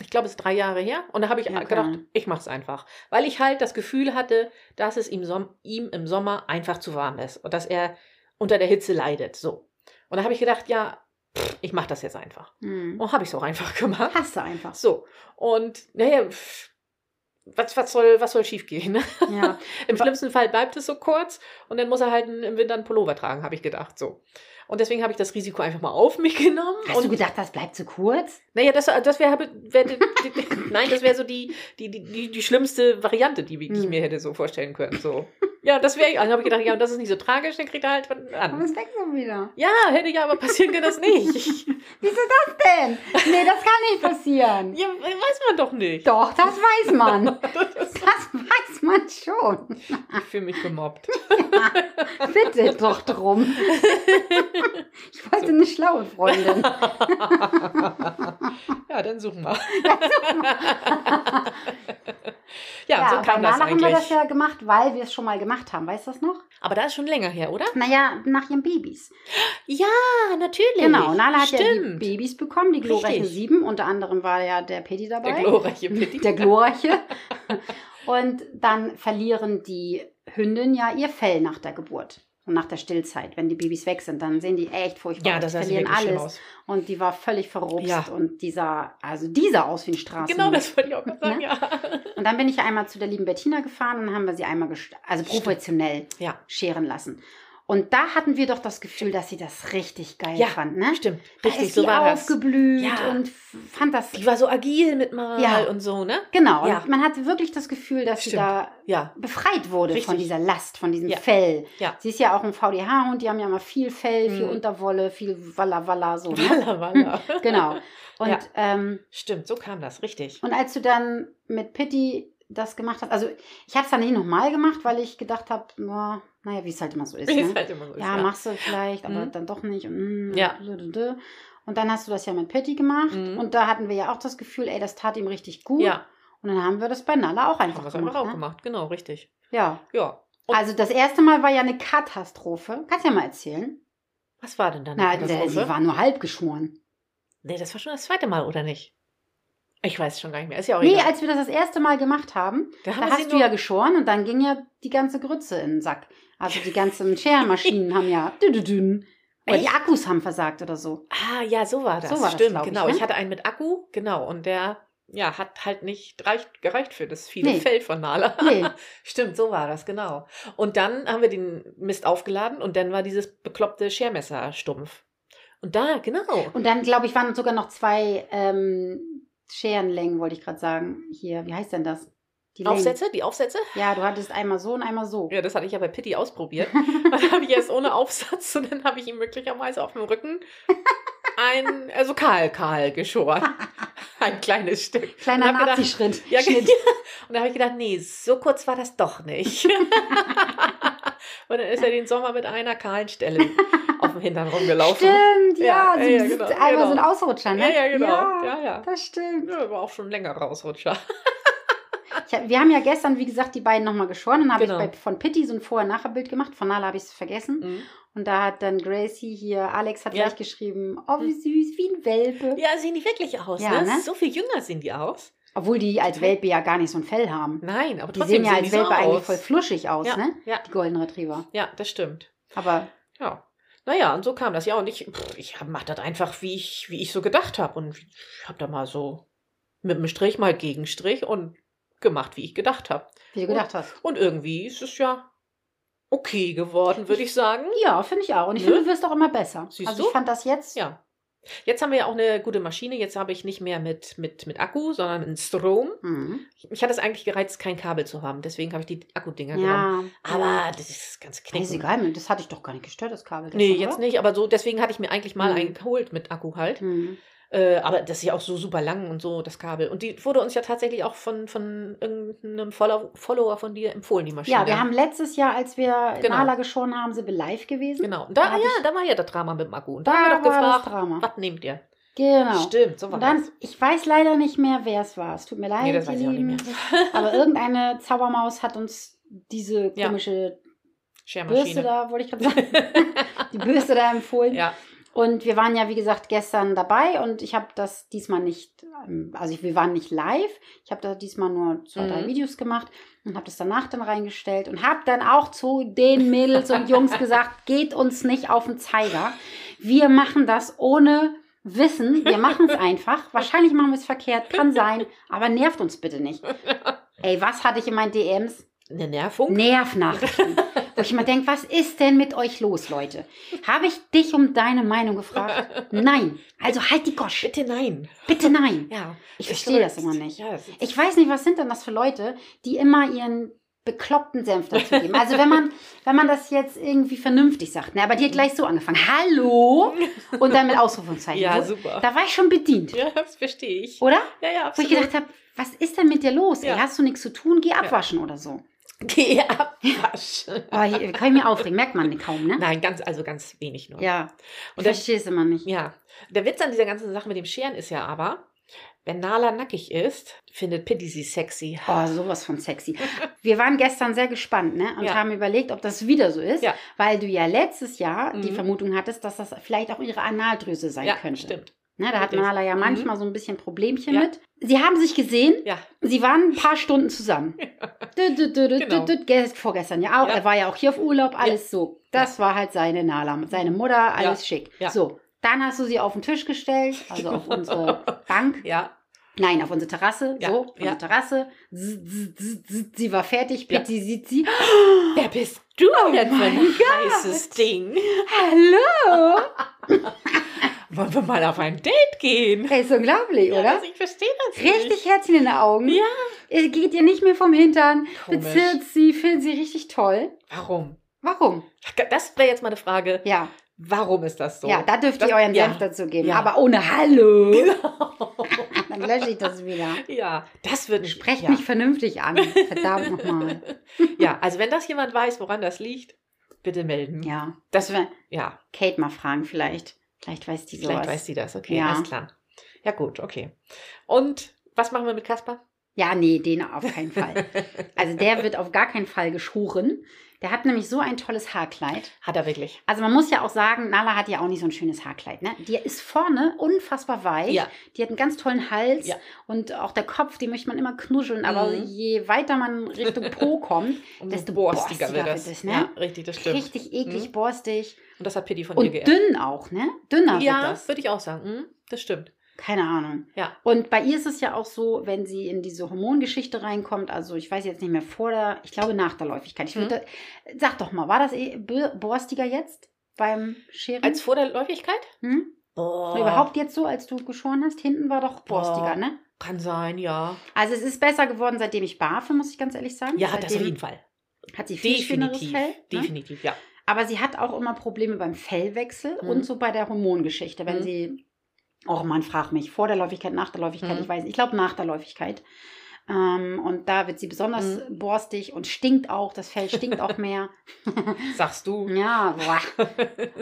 [SPEAKER 2] Ich glaube, es ist drei Jahre her. Und da habe ich
[SPEAKER 1] Ja,
[SPEAKER 2] gedacht,
[SPEAKER 1] klar.
[SPEAKER 2] ich mache es einfach. Weil ich halt das Gefühl hatte, dass es ihm, Som ihm im Sommer einfach zu warm ist. Und dass er unter der Hitze leidet. So. Und da habe ich gedacht, ja, pff, ich mache das jetzt einfach.
[SPEAKER 1] Hm.
[SPEAKER 2] Und habe ich es auch einfach <laughs> gemacht.
[SPEAKER 1] Hast du <laughs> einfach.
[SPEAKER 2] So. Und naja, pff, was, was soll, was soll schief gehen? Ne?
[SPEAKER 1] Ja.
[SPEAKER 2] Im schlimmsten Fall bleibt es so kurz und dann muss er halt im Winter einen Pullover tragen, habe ich gedacht. So. Und deswegen habe ich das Risiko einfach mal auf mich genommen.
[SPEAKER 1] Hast
[SPEAKER 2] und
[SPEAKER 1] du gedacht, das bleibt zu kurz?
[SPEAKER 2] Naja, das, das wäre, wär, die- die- die- nein, das wäre so die, die, die- die, die schlimmste Variante, die ich
[SPEAKER 1] Hm.
[SPEAKER 2] mir hätte so vorstellen können. So. Ja, das wäre, dann habe ich gedacht, ja, und das ist nicht so tragisch, dann kriegt er halt von
[SPEAKER 1] Aber
[SPEAKER 2] an.
[SPEAKER 1] es wächst schon wieder.
[SPEAKER 2] Ja, hätte ja, aber passieren kann das nicht. <laughs>
[SPEAKER 1] Wieso das denn? Nee, das kann nicht <laughs> passieren.
[SPEAKER 2] Ja, weiß man doch nicht.
[SPEAKER 1] Doch, das weiß man. <laughs> Das weiß man schon.
[SPEAKER 2] Ich fühle mich gemobbt.
[SPEAKER 1] Bitte doch <laughs> drum. Ich wollte eine schlaue Freundin.
[SPEAKER 2] Ja, dann
[SPEAKER 1] <laughs>
[SPEAKER 2] suchen wir. ja,
[SPEAKER 1] Ja,
[SPEAKER 2] so
[SPEAKER 1] und
[SPEAKER 2] kam
[SPEAKER 1] bei
[SPEAKER 2] das
[SPEAKER 1] Nala haben wir
[SPEAKER 2] eigentlich.
[SPEAKER 1] das ja gemacht, weil wir es schon mal gemacht haben. Weißt du das noch?
[SPEAKER 2] Aber da ist schon länger her, oder?
[SPEAKER 1] Naja, nach ihren Babys.
[SPEAKER 2] Ja, natürlich.
[SPEAKER 1] Genau, Nala hat ja die
[SPEAKER 2] Stimmt.
[SPEAKER 1] Babys bekommen, die glorreichen
[SPEAKER 2] Richtig.
[SPEAKER 1] sieben. Unter anderem war ja der Pedi dabei.
[SPEAKER 2] Der glorreiche Petit.
[SPEAKER 1] Der
[SPEAKER 2] <laughs>
[SPEAKER 1] glorreiche. Und dann verlieren die Hündin ja ihr Fell nach der Geburt. Und nach der Stillzeit, wenn die Babys weg sind, dann sehen die echt furchtbar
[SPEAKER 2] ja,
[SPEAKER 1] aus.
[SPEAKER 2] das
[SPEAKER 1] die
[SPEAKER 2] sah
[SPEAKER 1] verlieren
[SPEAKER 2] wirklich schlimm
[SPEAKER 1] alles.
[SPEAKER 2] aus.
[SPEAKER 1] Und die war völlig verrupst
[SPEAKER 2] Ja.
[SPEAKER 1] und dieser, also dieser aus wie ein Straßen.
[SPEAKER 2] Genau, das wollte ich auch gerade sagen,
[SPEAKER 1] Ne?
[SPEAKER 2] ja.
[SPEAKER 1] Und dann bin ich ja einmal zu der lieben Bettina gefahren und dann haben wir sie einmal, gest- also
[SPEAKER 2] Stimmt.
[SPEAKER 1] professionell
[SPEAKER 2] Ja.
[SPEAKER 1] scheren lassen. Und da hatten wir doch das Gefühl, dass sie das richtig geil
[SPEAKER 2] Ja,
[SPEAKER 1] fand, ne?
[SPEAKER 2] Stimmt,
[SPEAKER 1] Da
[SPEAKER 2] richtig,
[SPEAKER 1] ist sie
[SPEAKER 2] so war das.
[SPEAKER 1] aufgeblüht
[SPEAKER 2] Ja.
[SPEAKER 1] und f- fand das
[SPEAKER 2] Die war so agil mit mal
[SPEAKER 1] Ja.
[SPEAKER 2] und so, ne?
[SPEAKER 1] genau.
[SPEAKER 2] Ja.
[SPEAKER 1] Und man hatte wirklich das Gefühl, dass sie
[SPEAKER 2] Stimmt.
[SPEAKER 1] da
[SPEAKER 2] Ja.
[SPEAKER 1] befreit wurde von
[SPEAKER 2] Richtig.
[SPEAKER 1] dieser Last, von diesem
[SPEAKER 2] Ja.
[SPEAKER 1] Fell.
[SPEAKER 2] Ja.
[SPEAKER 1] Sie ist ja auch ein VDH-Hund, die haben ja immer viel Fell, viel
[SPEAKER 2] Mhm.
[SPEAKER 1] Unterwolle, viel Walla Walla, so. Ne?
[SPEAKER 2] Walla, walla.
[SPEAKER 1] genau. Und
[SPEAKER 2] Ja.
[SPEAKER 1] ähm,
[SPEAKER 2] <laughs> Stimmt, so kam das, richtig.
[SPEAKER 1] Und als du dann mit Pitti das gemacht hast, also ich habe es dann nicht nochmal gemacht, weil ich gedacht habe, naja, wie es halt immer so <laughs> ist.
[SPEAKER 2] Wie es
[SPEAKER 1] Ne?
[SPEAKER 2] halt immer so ist.
[SPEAKER 1] Ja, machst du vielleicht, aber
[SPEAKER 2] Mhm.
[SPEAKER 1] dann doch nicht. Und, mm,
[SPEAKER 2] Ja.
[SPEAKER 1] dü- dü- dü. und dann hast du das ja mit Pitti gemacht.
[SPEAKER 2] Mhm.
[SPEAKER 1] Und da hatten wir ja auch das Gefühl, ey, das tat ihm richtig gut.
[SPEAKER 2] Ja,
[SPEAKER 1] Und dann haben wir das bei Nala auch
[SPEAKER 2] haben wir
[SPEAKER 1] einfach
[SPEAKER 2] es
[SPEAKER 1] gemacht.
[SPEAKER 2] einfach auch
[SPEAKER 1] ne?
[SPEAKER 2] gemacht, genau, richtig.
[SPEAKER 1] Ja.
[SPEAKER 2] Ja. Und-
[SPEAKER 1] Also das erste Mal war ja eine Katastrophe. Kannst du ja mal erzählen.
[SPEAKER 2] Was war denn dann?
[SPEAKER 1] Na, der, sie war nur halb geschoren.
[SPEAKER 2] nee, das war schon das zweite Mal, oder nicht? Ich weiß schon gar nicht mehr. Ist ja auch
[SPEAKER 1] Nee,
[SPEAKER 2] egal.
[SPEAKER 1] als wir das das erste Mal gemacht haben,
[SPEAKER 2] da
[SPEAKER 1] Da
[SPEAKER 2] wir sie
[SPEAKER 1] hast du
[SPEAKER 2] nur-
[SPEAKER 1] ja geschoren und dann ging ja die ganze Grütze in den Sack. Also die
[SPEAKER 2] <laughs>
[SPEAKER 1] ganzen Scherenmaschinen haben ja. dü-dü-dün. Oder die
[SPEAKER 2] Echt?
[SPEAKER 1] Akkus haben versagt oder so.
[SPEAKER 2] Ah, ja, so war das.
[SPEAKER 1] So war das,
[SPEAKER 2] Stimmt,
[SPEAKER 1] glaub ich,
[SPEAKER 2] genau.
[SPEAKER 1] ne?
[SPEAKER 2] Ich hatte einen mit Akku, genau, und der ja, hat halt nicht reicht, gereicht für das viele
[SPEAKER 1] Nee.
[SPEAKER 2] Feld von Nala. <laughs>
[SPEAKER 1] Nee.
[SPEAKER 2] Stimmt, so war das, genau. Und dann haben wir den Mist aufgeladen und dann war dieses bekloppte Schermesser stumpf. Und da, genau.
[SPEAKER 1] Und dann, glaube ich, waren sogar noch zwei ähm, Scherenlängen, wollte ich gerade sagen. Hier, wie heißt denn das? Die Längen.
[SPEAKER 2] Aufsätze, die Aufsätze?
[SPEAKER 1] Ja, du hattest einmal so und einmal so.
[SPEAKER 2] Ja, das hatte ich ja bei Pitti ausprobiert.
[SPEAKER 1] <laughs>
[SPEAKER 2] Dann habe ich erst ohne Aufsatz und dann habe ich ihm möglicherweise auf dem Rücken ein, also kahl,
[SPEAKER 1] <laughs>
[SPEAKER 2] kahl geschoren. Ein kleines Stück.
[SPEAKER 1] Kleiner
[SPEAKER 2] Und hab gedacht-
[SPEAKER 1] Nazi-Schritt. <laughs>
[SPEAKER 2] Ja, genau.
[SPEAKER 1] Schnitt.
[SPEAKER 2] <laughs> Und da habe ich gedacht, nee, so kurz war das doch nicht. <laughs> und dann ist er den Sommer mit einer kahlen Stelle auf dem Hintern rumgelaufen.
[SPEAKER 1] Stimmt, ja.
[SPEAKER 2] Ja,
[SPEAKER 1] so
[SPEAKER 2] ja, ja,
[SPEAKER 1] bzzzt,
[SPEAKER 2] genau,
[SPEAKER 1] einmal
[SPEAKER 2] genau.
[SPEAKER 1] so ein Ausrutscher,
[SPEAKER 2] Ja,
[SPEAKER 1] ne?
[SPEAKER 2] ja, genau.
[SPEAKER 1] Ja,
[SPEAKER 2] Ja, ja.
[SPEAKER 1] Das stimmt.
[SPEAKER 2] Ja, war auch schon länger Rausrutscher.
[SPEAKER 1] Ich hab, wir haben ja gestern, wie gesagt, die beiden nochmal geschoren. Dann habe
[SPEAKER 2] Genau. Mhm.
[SPEAKER 1] ich bei, von Pitti so ein Vorher-Nachher-Bild gemacht. Von Nala habe ich es vergessen. Und da hat dann Gracie hier, Alex hat
[SPEAKER 2] Ja. Mhm.
[SPEAKER 1] gleich geschrieben, oh, wie süß, wie ein Welpe.
[SPEAKER 2] Ja, sehen die wirklich aus,
[SPEAKER 1] Ja,
[SPEAKER 2] ne?
[SPEAKER 1] ne?
[SPEAKER 2] So viel jünger sehen die aus.
[SPEAKER 1] Obwohl die als Welpe ja gar nicht so ein Fell haben.
[SPEAKER 2] Nein, aber
[SPEAKER 1] Die
[SPEAKER 2] trotzdem
[SPEAKER 1] sehen ja als
[SPEAKER 2] so
[SPEAKER 1] Welpe eigentlich
[SPEAKER 2] aus.
[SPEAKER 1] voll fluschig aus,
[SPEAKER 2] ja,
[SPEAKER 1] ne?
[SPEAKER 2] ja,
[SPEAKER 1] Die Golden Retriever.
[SPEAKER 2] ja, das stimmt.
[SPEAKER 1] Aber
[SPEAKER 2] Ja. Naja, und so kam das ja. Und ich, pff, ich mache das einfach, wie ich, wie ich so gedacht habe. Und ich habe da mal so mit einem Strich, mal Gegenstrich und gemacht, wie ich gedacht habe.
[SPEAKER 1] wie du gedacht hast.
[SPEAKER 2] Und irgendwie ist es ja okay geworden, würde
[SPEAKER 1] <laughs>
[SPEAKER 2] ich sagen.
[SPEAKER 1] Ja, finde ich auch. Und ich
[SPEAKER 2] Ne?
[SPEAKER 1] finde, du wirst auch immer besser.
[SPEAKER 2] Siehst
[SPEAKER 1] also
[SPEAKER 2] du?
[SPEAKER 1] ich fand das jetzt.
[SPEAKER 2] Ja. Jetzt haben wir ja auch eine gute Maschine. Jetzt habe ich nicht mehr mit, mit, mit Akku, sondern mit Strom.
[SPEAKER 1] Mhm.
[SPEAKER 2] Mich hat es eigentlich gereizt, kein Kabel zu haben. Deswegen habe ich die Akkudinger genommen.
[SPEAKER 1] Ja.
[SPEAKER 2] Aber das ist ganz
[SPEAKER 1] Nee, ist
[SPEAKER 2] knicken.
[SPEAKER 1] egal, das hatte ich doch gar nicht gestört, das Kabel.
[SPEAKER 2] Nee, jetzt nicht, aber so, deswegen hatte ich mir eigentlich mal
[SPEAKER 1] Mhm.
[SPEAKER 2] einen geholt mit Akku halt.
[SPEAKER 1] Mhm.
[SPEAKER 2] Äh, aber das ist ja auch so super lang und so, das Kabel. Und die wurde uns ja tatsächlich auch von, von irgendeinem Follow Follower von dir empfohlen, die Maschine.
[SPEAKER 1] Ja, wir haben letztes Jahr, als wir
[SPEAKER 2] Genau.
[SPEAKER 1] Nala geschoren haben, sind wir live gewesen.
[SPEAKER 2] Genau. Und da,
[SPEAKER 1] Da hab
[SPEAKER 2] ja,
[SPEAKER 1] ich-
[SPEAKER 2] da war ja das Drama mit dem Akku. Und da,
[SPEAKER 1] Da
[SPEAKER 2] haben wir doch
[SPEAKER 1] war das
[SPEAKER 2] gefragt,
[SPEAKER 1] Drama.
[SPEAKER 2] was nehmt ihr?
[SPEAKER 1] Genau.
[SPEAKER 2] Stimmt, so war
[SPEAKER 1] Und dann,
[SPEAKER 2] das.
[SPEAKER 1] ich weiß leider nicht mehr, wer es war. Es tut mir leid,
[SPEAKER 2] Nee, das weiß ich
[SPEAKER 1] ihr
[SPEAKER 2] auch nicht
[SPEAKER 1] Lieben.
[SPEAKER 2] mehr.
[SPEAKER 1] Aber irgendeine Zaubermaus hat uns diese
[SPEAKER 2] <laughs> Ja.
[SPEAKER 1] komische Bürste
[SPEAKER 2] Schermaschine.
[SPEAKER 1] da, <laughs> wollte ich gerade sagen, die Bürste da empfohlen.
[SPEAKER 2] <laughs> Ja,
[SPEAKER 1] Und wir waren ja, wie gesagt, gestern dabei und ich habe das diesmal nicht, ähm, also wir waren nicht live. Ich habe da diesmal nur zwei, drei
[SPEAKER 2] Mhm.
[SPEAKER 1] Videos gemacht und habe das danach dann reingestellt und habe dann auch zu den Mädels und Jungs gesagt, geht uns nicht auf den Zeiger. Wir machen das ohne Wissen. Wir machen es einfach. Wahrscheinlich machen wir es verkehrt, kann sein, aber nervt uns bitte nicht. Ey, was hatte ich in meinen DMs?
[SPEAKER 2] eine Nervung.
[SPEAKER 1] Nervnachrichten. Wo ich immer denke, was ist denn mit euch los, Leute? Habe ich dich um deine Meinung gefragt? Nein. Also halt die Gosch.
[SPEAKER 2] Bitte nein.
[SPEAKER 1] Bitte nein.
[SPEAKER 2] Ja.
[SPEAKER 1] Ich
[SPEAKER 2] ist
[SPEAKER 1] verstehe das
[SPEAKER 2] verrückt.
[SPEAKER 1] immer nicht.
[SPEAKER 2] Ja, das ist-
[SPEAKER 1] Ich weiß nicht, was sind denn das für Leute, die immer ihren bekloppten Senf dazu geben. Also wenn man, wenn man das jetzt irgendwie vernünftig sagt, ne, aber die hat gleich so angefangen. Hallo! Und dann mit Ausrufungszeichen.
[SPEAKER 2] ja,
[SPEAKER 1] Wo-
[SPEAKER 2] super.
[SPEAKER 1] da war ich schon bedient,
[SPEAKER 2] <laughs> ja, das verstehe ich.
[SPEAKER 1] oder?
[SPEAKER 2] Ja, ja,
[SPEAKER 1] Wo ich
[SPEAKER 2] absolut.
[SPEAKER 1] gedacht habe, was ist denn mit dir los?
[SPEAKER 2] Ja.
[SPEAKER 1] Ey, hast du nichts zu tun? Geh abwaschen oder so.
[SPEAKER 2] <laughs> Geh abwaschen.
[SPEAKER 1] Oh, hier kann ich mir aufregen, merkt man kaum, ne?
[SPEAKER 2] Nein, ganz, also ganz wenig nur.
[SPEAKER 1] Ja. Ich
[SPEAKER 2] Und das-
[SPEAKER 1] verstehe es immer nicht.
[SPEAKER 2] Ja, der Witz an dieser ganzen Sache mit dem Scheren ist ja aber, wenn Nala nackig ist, findet Pitti sie sexy.
[SPEAKER 1] Oh, sowas von
[SPEAKER 2] <laughs>
[SPEAKER 1] sexy. Wir waren gestern sehr gespannt ne? und
[SPEAKER 2] Ja.
[SPEAKER 1] haben überlegt, ob das wieder so ist,
[SPEAKER 2] Ja.
[SPEAKER 1] weil du ja letztes Jahr die
[SPEAKER 2] Mhm.
[SPEAKER 1] Vermutung hattest, dass das vielleicht auch ihre Analdrüse sein
[SPEAKER 2] ja,
[SPEAKER 1] könnte.
[SPEAKER 2] stimmt.
[SPEAKER 1] Ne? Da hat
[SPEAKER 2] Richtig.
[SPEAKER 1] Nala ja
[SPEAKER 2] Mhm.
[SPEAKER 1] manchmal so ein bisschen Problemchen
[SPEAKER 2] Ja.
[SPEAKER 1] mit. Sie haben sich gesehen,
[SPEAKER 2] Ja,
[SPEAKER 1] sie waren ein paar Stunden
[SPEAKER 2] <laughs>
[SPEAKER 1] zusammen. Dü, dü, dü, dü,
[SPEAKER 2] Genau.
[SPEAKER 1] dü, dü, gest- vorgestern ja auch,
[SPEAKER 2] Ja.
[SPEAKER 1] er war ja auch hier auf Urlaub, alles so. Das war halt seine Nala, seine Mutter, alles schick.
[SPEAKER 2] Ja.
[SPEAKER 1] So, dann hast du sie auf den Tisch gestellt, also
[SPEAKER 2] <laughs>
[SPEAKER 1] auf unsere Bank.
[SPEAKER 2] ja,
[SPEAKER 1] <gasps> Nein, auf unsere Terrasse.
[SPEAKER 2] Ja,
[SPEAKER 1] So, auf
[SPEAKER 2] ja.
[SPEAKER 1] unsere Terrasse. Z, z, z, z, Sie war fertig.
[SPEAKER 2] Ja.
[SPEAKER 1] Pitti sieht sie.
[SPEAKER 2] Wer bist du denn für ein
[SPEAKER 1] Oh mein
[SPEAKER 2] heißes Ding?
[SPEAKER 1] Hallo!
[SPEAKER 2] <laughs> Wollen wir mal auf ein Date gehen?
[SPEAKER 1] Hey, ist unglaublich,
[SPEAKER 2] Ja,
[SPEAKER 1] oder?
[SPEAKER 2] also ich verstehe das
[SPEAKER 1] Richtig
[SPEAKER 2] nicht.
[SPEAKER 1] Herzchen in den Augen.
[SPEAKER 2] Ja.
[SPEAKER 1] Ihr geht ihr nicht mehr vom Hintern.
[SPEAKER 2] Komisch.
[SPEAKER 1] Bezirrt sie, findet sie richtig toll.
[SPEAKER 2] Warum?
[SPEAKER 1] Warum?
[SPEAKER 2] Das wäre jetzt mal eine Frage.
[SPEAKER 1] Ja,
[SPEAKER 2] Warum ist das so?
[SPEAKER 1] ja, da dürft
[SPEAKER 2] Das-
[SPEAKER 1] ihr euren
[SPEAKER 2] ja.
[SPEAKER 1] Senf dazu geben.
[SPEAKER 2] Ja.
[SPEAKER 1] Aber ohne Hallo.
[SPEAKER 2] Genau.
[SPEAKER 1] <laughs>
[SPEAKER 2] <laughs>
[SPEAKER 1] Dann lösche ich das wieder.
[SPEAKER 2] ja, das wird
[SPEAKER 1] Sprecht
[SPEAKER 2] ja.
[SPEAKER 1] mich vernünftig an. Verdammt nochmal.
[SPEAKER 2] Ja, also wenn das jemand weiß, woran das liegt, bitte melden.
[SPEAKER 1] Ja.
[SPEAKER 2] Das-
[SPEAKER 1] Das wir
[SPEAKER 2] ja
[SPEAKER 1] Kate mal fragen, vielleicht. Vielleicht weiß die sowas.
[SPEAKER 2] Vielleicht weiß sie das, okay,
[SPEAKER 1] Ja.
[SPEAKER 2] alles klar. Ja, gut, okay. Und was machen wir mit Kasper?
[SPEAKER 1] Ja, nee, den auf keinen Fall. Also der wird auf gar keinen Fall geschoren. Der hat nämlich so ein tolles Haarkleid.
[SPEAKER 2] Hat er wirklich.
[SPEAKER 1] Also man muss ja auch sagen, Nala hat ja auch nicht so ein schönes Haarkleid. Ne? Die ist vorne unfassbar weich.
[SPEAKER 2] Ja.
[SPEAKER 1] Die hat einen ganz tollen Hals.
[SPEAKER 2] Ja.
[SPEAKER 1] Und auch der Kopf, den möchte man immer knuscheln. Aber
[SPEAKER 2] Mhm.
[SPEAKER 1] je weiter man Richtung Po kommt,
[SPEAKER 2] Umso
[SPEAKER 1] Desto borstiger
[SPEAKER 2] Um wird
[SPEAKER 1] wird
[SPEAKER 2] das.
[SPEAKER 1] es, ne?
[SPEAKER 2] Ja, richtig, das <laughs> stimmt.
[SPEAKER 1] richtig eklig,
[SPEAKER 2] Mhm.
[SPEAKER 1] borstig.
[SPEAKER 2] Und das hat Pitti von dir
[SPEAKER 1] Und
[SPEAKER 2] geerbt.
[SPEAKER 1] dünn auch, ne? Dünner wird
[SPEAKER 2] Ja,
[SPEAKER 1] das.
[SPEAKER 2] würde ich auch sagen. Mhm, das stimmt.
[SPEAKER 1] Keine Ahnung.
[SPEAKER 2] Ja.
[SPEAKER 1] Und bei ihr ist es ja auch so, wenn sie in diese Hormongeschichte reinkommt, also ich weiß jetzt nicht mehr vor der, ich glaube nach der Läufigkeit. Ich
[SPEAKER 2] Mhm.
[SPEAKER 1] würde, Sag doch mal, war das eh bö- borstiger jetzt beim Scheren?
[SPEAKER 2] Als vor der Läufigkeit?
[SPEAKER 1] hm?
[SPEAKER 2] Boah.
[SPEAKER 1] Überhaupt jetzt so, als du geschoren hast? Hinten war doch borstiger,
[SPEAKER 2] Boah.
[SPEAKER 1] ne?
[SPEAKER 2] Kann sein, ja.
[SPEAKER 1] Also es ist besser geworden, seitdem ich barfe, muss ich ganz ehrlich sagen.
[SPEAKER 2] Ja,
[SPEAKER 1] seitdem
[SPEAKER 2] das auf jeden Fall.
[SPEAKER 1] Hat sie viel schöneres
[SPEAKER 2] Definitiv.
[SPEAKER 1] Fell. Ne?
[SPEAKER 2] Definitiv, ja.
[SPEAKER 1] Aber sie hat auch immer Probleme beim Fellwechsel
[SPEAKER 2] Mhm.
[SPEAKER 1] und so bei der Hormongeschichte, wenn
[SPEAKER 2] Mhm.
[SPEAKER 1] sie, oh man, frag mich, vor der Läufigkeit, nach der Läufigkeit,
[SPEAKER 2] Mhm.
[SPEAKER 1] ich weiß, ich glaube nach der Läufigkeit. Ähm, und da wird sie besonders
[SPEAKER 2] Mhm.
[SPEAKER 1] borstig und stinkt auch, das Fell stinkt auch
[SPEAKER 2] <laughs>
[SPEAKER 1] mehr.
[SPEAKER 2] Sagst du.
[SPEAKER 1] Ja, boah.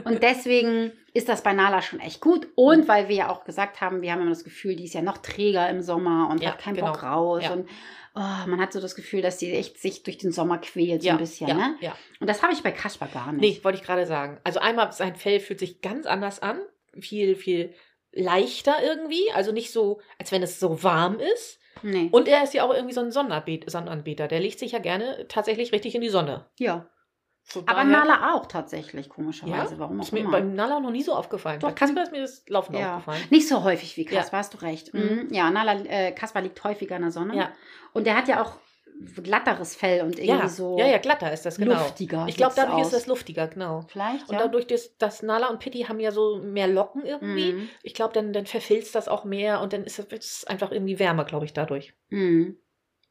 [SPEAKER 1] Und deswegen ist das bei Nala schon echt gut.
[SPEAKER 2] Mhm.
[SPEAKER 1] Und weil wir ja auch gesagt haben, wir haben immer das Gefühl, die ist ja noch träger im Sommer und
[SPEAKER 2] Ja,
[SPEAKER 1] hat keinen
[SPEAKER 2] genau.
[SPEAKER 1] Bock raus.
[SPEAKER 2] Ja.
[SPEAKER 1] Und oh, man hat so das Gefühl, dass sie echt sich durch den Sommer quält, so ein bisschen.
[SPEAKER 2] ja,
[SPEAKER 1] Ne?
[SPEAKER 2] ja.
[SPEAKER 1] Und das habe ich bei Kasper gar nicht.
[SPEAKER 2] Nee, wollte ich gerade sagen. Also einmal, sein Fell fühlt sich ganz anders an. Viel, viel leichter irgendwie. Also nicht so, als wenn es so warm ist.
[SPEAKER 1] Nee.
[SPEAKER 2] Und er ist ja auch irgendwie so ein Sonnenanbet- Sonnenanbeter. Der legt sich ja gerne tatsächlich richtig in die Sonne.
[SPEAKER 1] ja.
[SPEAKER 2] Von
[SPEAKER 1] Aber
[SPEAKER 2] daher
[SPEAKER 1] Nala auch tatsächlich, komischerweise. Warum auch
[SPEAKER 2] Ist mir
[SPEAKER 1] immer.
[SPEAKER 2] beim Nala noch nie so aufgefallen.
[SPEAKER 1] Doch,
[SPEAKER 2] Bei Kasper ist mir das Laufen
[SPEAKER 1] Ja.
[SPEAKER 2] aufgefallen.
[SPEAKER 1] Nicht so häufig wie
[SPEAKER 2] Ja.
[SPEAKER 1] Kaspar, hast du recht.
[SPEAKER 2] Mhm.
[SPEAKER 1] Mhm. Ja, Nala, äh, Kaspar liegt häufiger in der Sonne.
[SPEAKER 2] Ja.
[SPEAKER 1] Und der hat ja auch glatteres Fell und irgendwie
[SPEAKER 2] Ja.
[SPEAKER 1] so
[SPEAKER 2] ja, ja, glatter ist das, genau.
[SPEAKER 1] luftiger.
[SPEAKER 2] Ich glaube,
[SPEAKER 1] sieht's
[SPEAKER 2] dadurch
[SPEAKER 1] aus.
[SPEAKER 2] ist das luftiger, genau.
[SPEAKER 1] Vielleicht,
[SPEAKER 2] Und
[SPEAKER 1] ja.
[SPEAKER 2] dadurch, dass, dass Nala und Pitti haben ja so mehr Locken irgendwie,
[SPEAKER 1] Mhm.
[SPEAKER 2] ich glaube, dann, dann verfilzt das auch mehr und dann ist es- wird es einfach irgendwie wärmer, glaube ich, dadurch.
[SPEAKER 1] Mhm.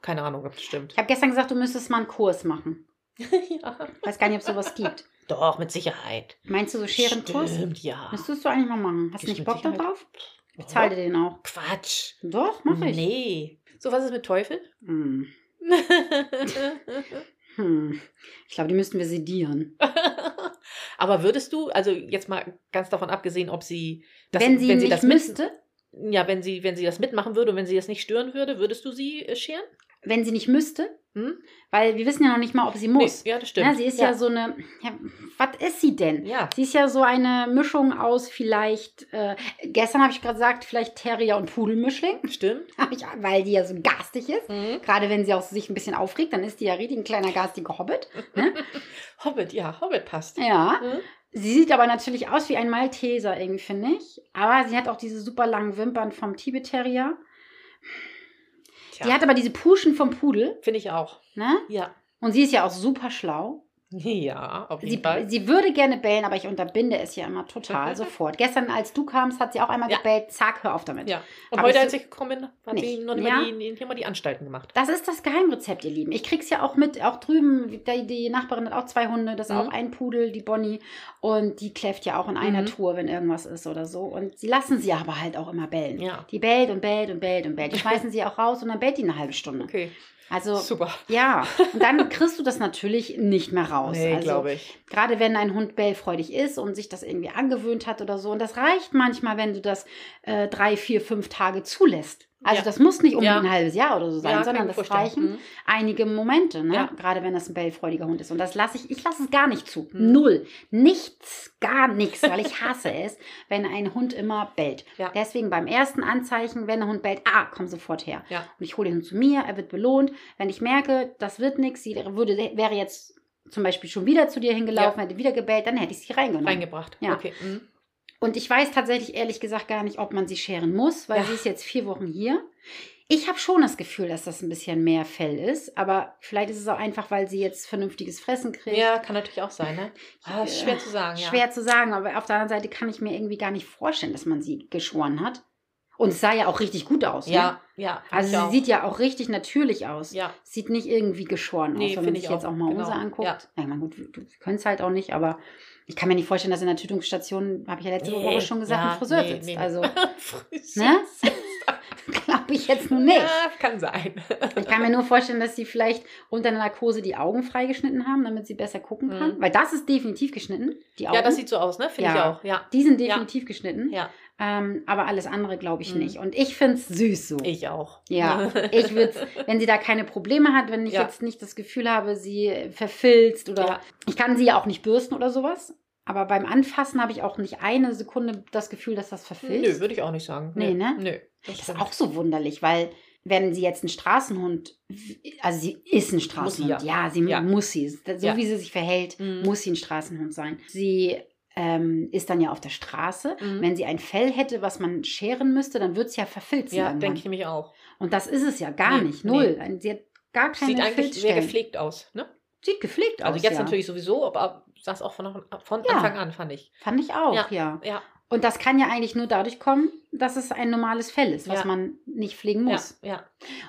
[SPEAKER 2] Keine Ahnung, ob das
[SPEAKER 1] <laughs>
[SPEAKER 2] stimmt.
[SPEAKER 1] Ich habe gestern gesagt, du müsstest mal einen Kurs machen.
[SPEAKER 2] ja.
[SPEAKER 1] Ich weiß gar nicht, ob es sowas gibt.
[SPEAKER 2] Doch, mit Sicherheit.
[SPEAKER 1] Meinst du so Scherenkurs?
[SPEAKER 2] Stimmt, ja.
[SPEAKER 1] Müsstest du eigentlich mal machen. Hast du nicht
[SPEAKER 2] Gibt's mit
[SPEAKER 1] Bock
[SPEAKER 2] Sicherheit.
[SPEAKER 1] darauf? Ich zahle dir den auch.
[SPEAKER 2] Quatsch.
[SPEAKER 1] Doch, mach ich.
[SPEAKER 2] Nee. So, was ist mit Teufel? <laughs>
[SPEAKER 1] Hm. Hm. Ich glaube, die müssten wir sedieren.
[SPEAKER 2] Aber würdest du, also jetzt mal ganz davon abgesehen, ob sie das,
[SPEAKER 1] wenn sie, nicht
[SPEAKER 2] das mit,
[SPEAKER 1] müsste,
[SPEAKER 2] ja, wenn sie, wenn sie das mitmachen würde und wenn sie das nicht stören würde, würdest du sie äh, scheren?
[SPEAKER 1] wenn sie nicht müsste,
[SPEAKER 2] Hm?
[SPEAKER 1] weil wir wissen ja noch nicht mal, ob sie muss.
[SPEAKER 2] Nee, ja, das stimmt.
[SPEAKER 1] Na, sie ist ja, so eine. Ja, was ist sie denn?
[SPEAKER 2] ja.
[SPEAKER 1] Sie ist ja so eine Mischung aus vielleicht. Äh, gestern habe ich gerade gesagt, vielleicht Terrier und Pudelmischling, <laughs>
[SPEAKER 2] stimmt.
[SPEAKER 1] Hab ich- weil die ja so garstig ist. Gerade wenn sie auch sich ein bisschen aufregt, dann ist die ja richtig ein kleiner garstiger Hobbit.
[SPEAKER 2] Hobbit, ja, Hobbit passt.
[SPEAKER 1] Ja.
[SPEAKER 2] Hm?
[SPEAKER 1] Sie sieht aber natürlich aus wie ein Malteser irgendwie, finde ich. Aber sie hat auch diese super langen Wimpern vom Tibet-Terrier.
[SPEAKER 2] Tja,
[SPEAKER 1] Die hat aber diese Puschen vom Pudel,
[SPEAKER 2] finde ich auch.
[SPEAKER 1] ne?
[SPEAKER 2] Ja. <laughs>
[SPEAKER 1] Und sie ist ja auch super schlau.
[SPEAKER 2] Ja, auf jeden
[SPEAKER 1] Sie,
[SPEAKER 2] Fall.
[SPEAKER 1] sie würde gerne bellen, aber ich unterbinde es ja immer
[SPEAKER 2] <laughs>
[SPEAKER 1] total sofort. Gestern, als du kamst, hat sie auch einmal
[SPEAKER 2] Ja.
[SPEAKER 1] gebellt. Zack, hör auf damit.
[SPEAKER 2] Ja. Und
[SPEAKER 1] Aber
[SPEAKER 2] heute,
[SPEAKER 1] ich
[SPEAKER 2] als
[SPEAKER 1] so-
[SPEAKER 2] ich gekommen bin, hat
[SPEAKER 1] Nicht.
[SPEAKER 2] sie noch
[SPEAKER 1] Ja.
[SPEAKER 2] immer die, die, immer die Anstalten gemacht.
[SPEAKER 1] Das ist das Geheimrezept, ihr Lieben. Ich krieg's ja auch mit, auch drüben, die, die Nachbarin hat auch zwei Hunde, das ist
[SPEAKER 2] Mhm.
[SPEAKER 1] auch ein Pudel, die Bonnie. Und die kläfft ja auch in einer
[SPEAKER 2] Mhm.
[SPEAKER 1] Tour, wenn irgendwas ist oder so. Und sie lassen sie aber halt auch immer bellen.
[SPEAKER 2] Ja.
[SPEAKER 1] Die bellt und bellt und bellt und bellt. Die schmeißen sie auch raus und dann bellt die eine halbe Stunde.
[SPEAKER 2] Okay,
[SPEAKER 1] Also,
[SPEAKER 2] super. <laughs>
[SPEAKER 1] ja. Und dann kriegst du das natürlich nicht mehr raus.
[SPEAKER 2] Nee,
[SPEAKER 1] also,
[SPEAKER 2] glaube ich.
[SPEAKER 1] gerade wenn ein Hund bellfreudig ist und sich das irgendwie angewöhnt hat oder so. Und das reicht manchmal, wenn du das äh, drei, vier, fünf Tage zulässt. Also
[SPEAKER 2] Ja.
[SPEAKER 1] das muss nicht unbedingt
[SPEAKER 2] Ja.
[SPEAKER 1] ein halbes Jahr oder so sein,
[SPEAKER 2] kann ich
[SPEAKER 1] sondern
[SPEAKER 2] mir
[SPEAKER 1] das
[SPEAKER 2] vorstellen.
[SPEAKER 1] reichen
[SPEAKER 2] Mhm.
[SPEAKER 1] einige Momente, ne?
[SPEAKER 2] Ja.
[SPEAKER 1] gerade wenn das ein bellfreudiger Hund ist. Und das lasse ich, ich lasse es gar nicht zu.
[SPEAKER 2] Mhm.
[SPEAKER 1] Null. Nichts, gar nichts, weil ich hasse
[SPEAKER 2] <laughs>
[SPEAKER 1] es, wenn ein Hund immer bellt.
[SPEAKER 2] Ja.
[SPEAKER 1] Deswegen beim ersten Anzeichen, wenn ein Hund bellt, ah, komm sofort her.
[SPEAKER 2] Ja.
[SPEAKER 1] Und ich hole ihn zu mir, er wird belohnt. Wenn ich merke, das wird nichts, sie würde, wäre jetzt zum Beispiel schon wieder zu dir hingelaufen, hätte wieder gebellt, dann hätte ich sie reingenommen.
[SPEAKER 2] Reingebracht.
[SPEAKER 1] Ja.
[SPEAKER 2] Okay. Mhm.
[SPEAKER 1] Und ich weiß tatsächlich ehrlich gesagt gar nicht, ob man sie scheren muss, weil
[SPEAKER 2] Ja.
[SPEAKER 1] sie ist jetzt vier Wochen hier. Ich habe schon das Gefühl, dass das ein bisschen mehr Fell ist, aber vielleicht ist es auch einfach, weil sie jetzt vernünftiges Fressen kriegt.
[SPEAKER 2] Ja, kann natürlich auch sein, ne? Ah, ist schwer zu sagen, ja.
[SPEAKER 1] äh, Schwer zu sagen, aber auf der anderen Seite kann ich mir irgendwie gar nicht vorstellen, dass man sie geschoren hat. Und es sah ja auch richtig gut aus. Ne?
[SPEAKER 2] Ja, ja. find ich
[SPEAKER 1] Also
[SPEAKER 2] auch.
[SPEAKER 1] sie sieht ja auch richtig natürlich aus.
[SPEAKER 2] Ja,
[SPEAKER 1] Sieht nicht irgendwie geschoren
[SPEAKER 2] Nee,
[SPEAKER 1] aus, wenn man
[SPEAKER 2] find
[SPEAKER 1] sich
[SPEAKER 2] ich
[SPEAKER 1] jetzt
[SPEAKER 2] auch.
[SPEAKER 1] auch mal
[SPEAKER 2] Genau.
[SPEAKER 1] unser anguckt.
[SPEAKER 2] Ja.
[SPEAKER 1] Ja. Ich meine, gut, wir können es halt auch nicht, aber ich kann mir nicht vorstellen, dass in der Tötungsstation, habe ich ja letzte
[SPEAKER 2] Nee,
[SPEAKER 1] Woche schon gesagt,
[SPEAKER 2] ja,
[SPEAKER 1] ein Friseur
[SPEAKER 2] nee,
[SPEAKER 1] sitzt.
[SPEAKER 2] nee, nee.
[SPEAKER 1] Also,
[SPEAKER 2] <laughs> Friseur.
[SPEAKER 1] ne?
[SPEAKER 2] <laughs>
[SPEAKER 1] Glaube ich jetzt nun nicht.
[SPEAKER 2] Ja, kann sein.
[SPEAKER 1] Ich kann mir nur vorstellen, dass sie vielleicht unter einer Narkose die Augen freigeschnitten haben, damit sie besser gucken kann.
[SPEAKER 2] Mhm.
[SPEAKER 1] Weil das ist definitiv geschnitten, die Augen.
[SPEAKER 2] Ja, das sieht so aus, ne? Finde
[SPEAKER 1] Ja.
[SPEAKER 2] ich auch. Ja,
[SPEAKER 1] die sind definitiv geschnitten,
[SPEAKER 2] ja.
[SPEAKER 1] ähm, aber alles andere glaube ich
[SPEAKER 2] Mhm.
[SPEAKER 1] nicht. Und ich finde es süß so.
[SPEAKER 2] Ich auch. <laughs>
[SPEAKER 1] Ja, ich würde, wenn sie da keine Probleme hat, wenn ich
[SPEAKER 2] Ja.
[SPEAKER 1] jetzt nicht das Gefühl habe, sie verfilzt oder
[SPEAKER 2] Ja.
[SPEAKER 1] ich kann sie ja auch nicht bürsten oder sowas. Aber beim Anfassen habe ich auch nicht eine Sekunde das Gefühl, dass das
[SPEAKER 2] Nö,
[SPEAKER 1] verfilzt.
[SPEAKER 2] würde ich auch nicht sagen.
[SPEAKER 1] Nee, ne?
[SPEAKER 2] Nö.
[SPEAKER 1] Das ist
[SPEAKER 2] stimmt.
[SPEAKER 1] auch so wunderlich, weil wenn sie jetzt ein Straßenhund, also sie ist ein Straßenhund,
[SPEAKER 2] Muss sie
[SPEAKER 1] ja. sie
[SPEAKER 2] Ja.
[SPEAKER 1] muss sie, so
[SPEAKER 2] Ja.
[SPEAKER 1] wie sie sich verhält,
[SPEAKER 2] Mhm.
[SPEAKER 1] muss sie ein Straßenhund sein. Sie ähm, ist dann ja auf der Straße.
[SPEAKER 2] Mhm.
[SPEAKER 1] Wenn sie ein Fell hätte, was man scheren müsste, dann wird es ja verfilzen
[SPEAKER 2] Ja,
[SPEAKER 1] irgendwann.
[SPEAKER 2] denke ich nämlich auch.
[SPEAKER 1] Und das ist es ja gar
[SPEAKER 2] Nee,
[SPEAKER 1] nicht, null. Sie hat gar keine
[SPEAKER 2] Sieht eigentlich sehr
[SPEAKER 1] Filzstellen.
[SPEAKER 2] gepflegt aus, ne?
[SPEAKER 1] Sieht gepflegt
[SPEAKER 2] Also
[SPEAKER 1] aus,
[SPEAKER 2] jetzt
[SPEAKER 1] ja.
[SPEAKER 2] natürlich sowieso, aber saß auch von, von
[SPEAKER 1] Ja.
[SPEAKER 2] Anfang an, fand ich.
[SPEAKER 1] Fand ich auch, ja.
[SPEAKER 2] Ja. Ja,
[SPEAKER 1] Und das kann ja eigentlich nur dadurch kommen, dass es ein normales Fell ist, was
[SPEAKER 2] Ja.
[SPEAKER 1] man nicht pflegen muss.
[SPEAKER 2] ja, ja.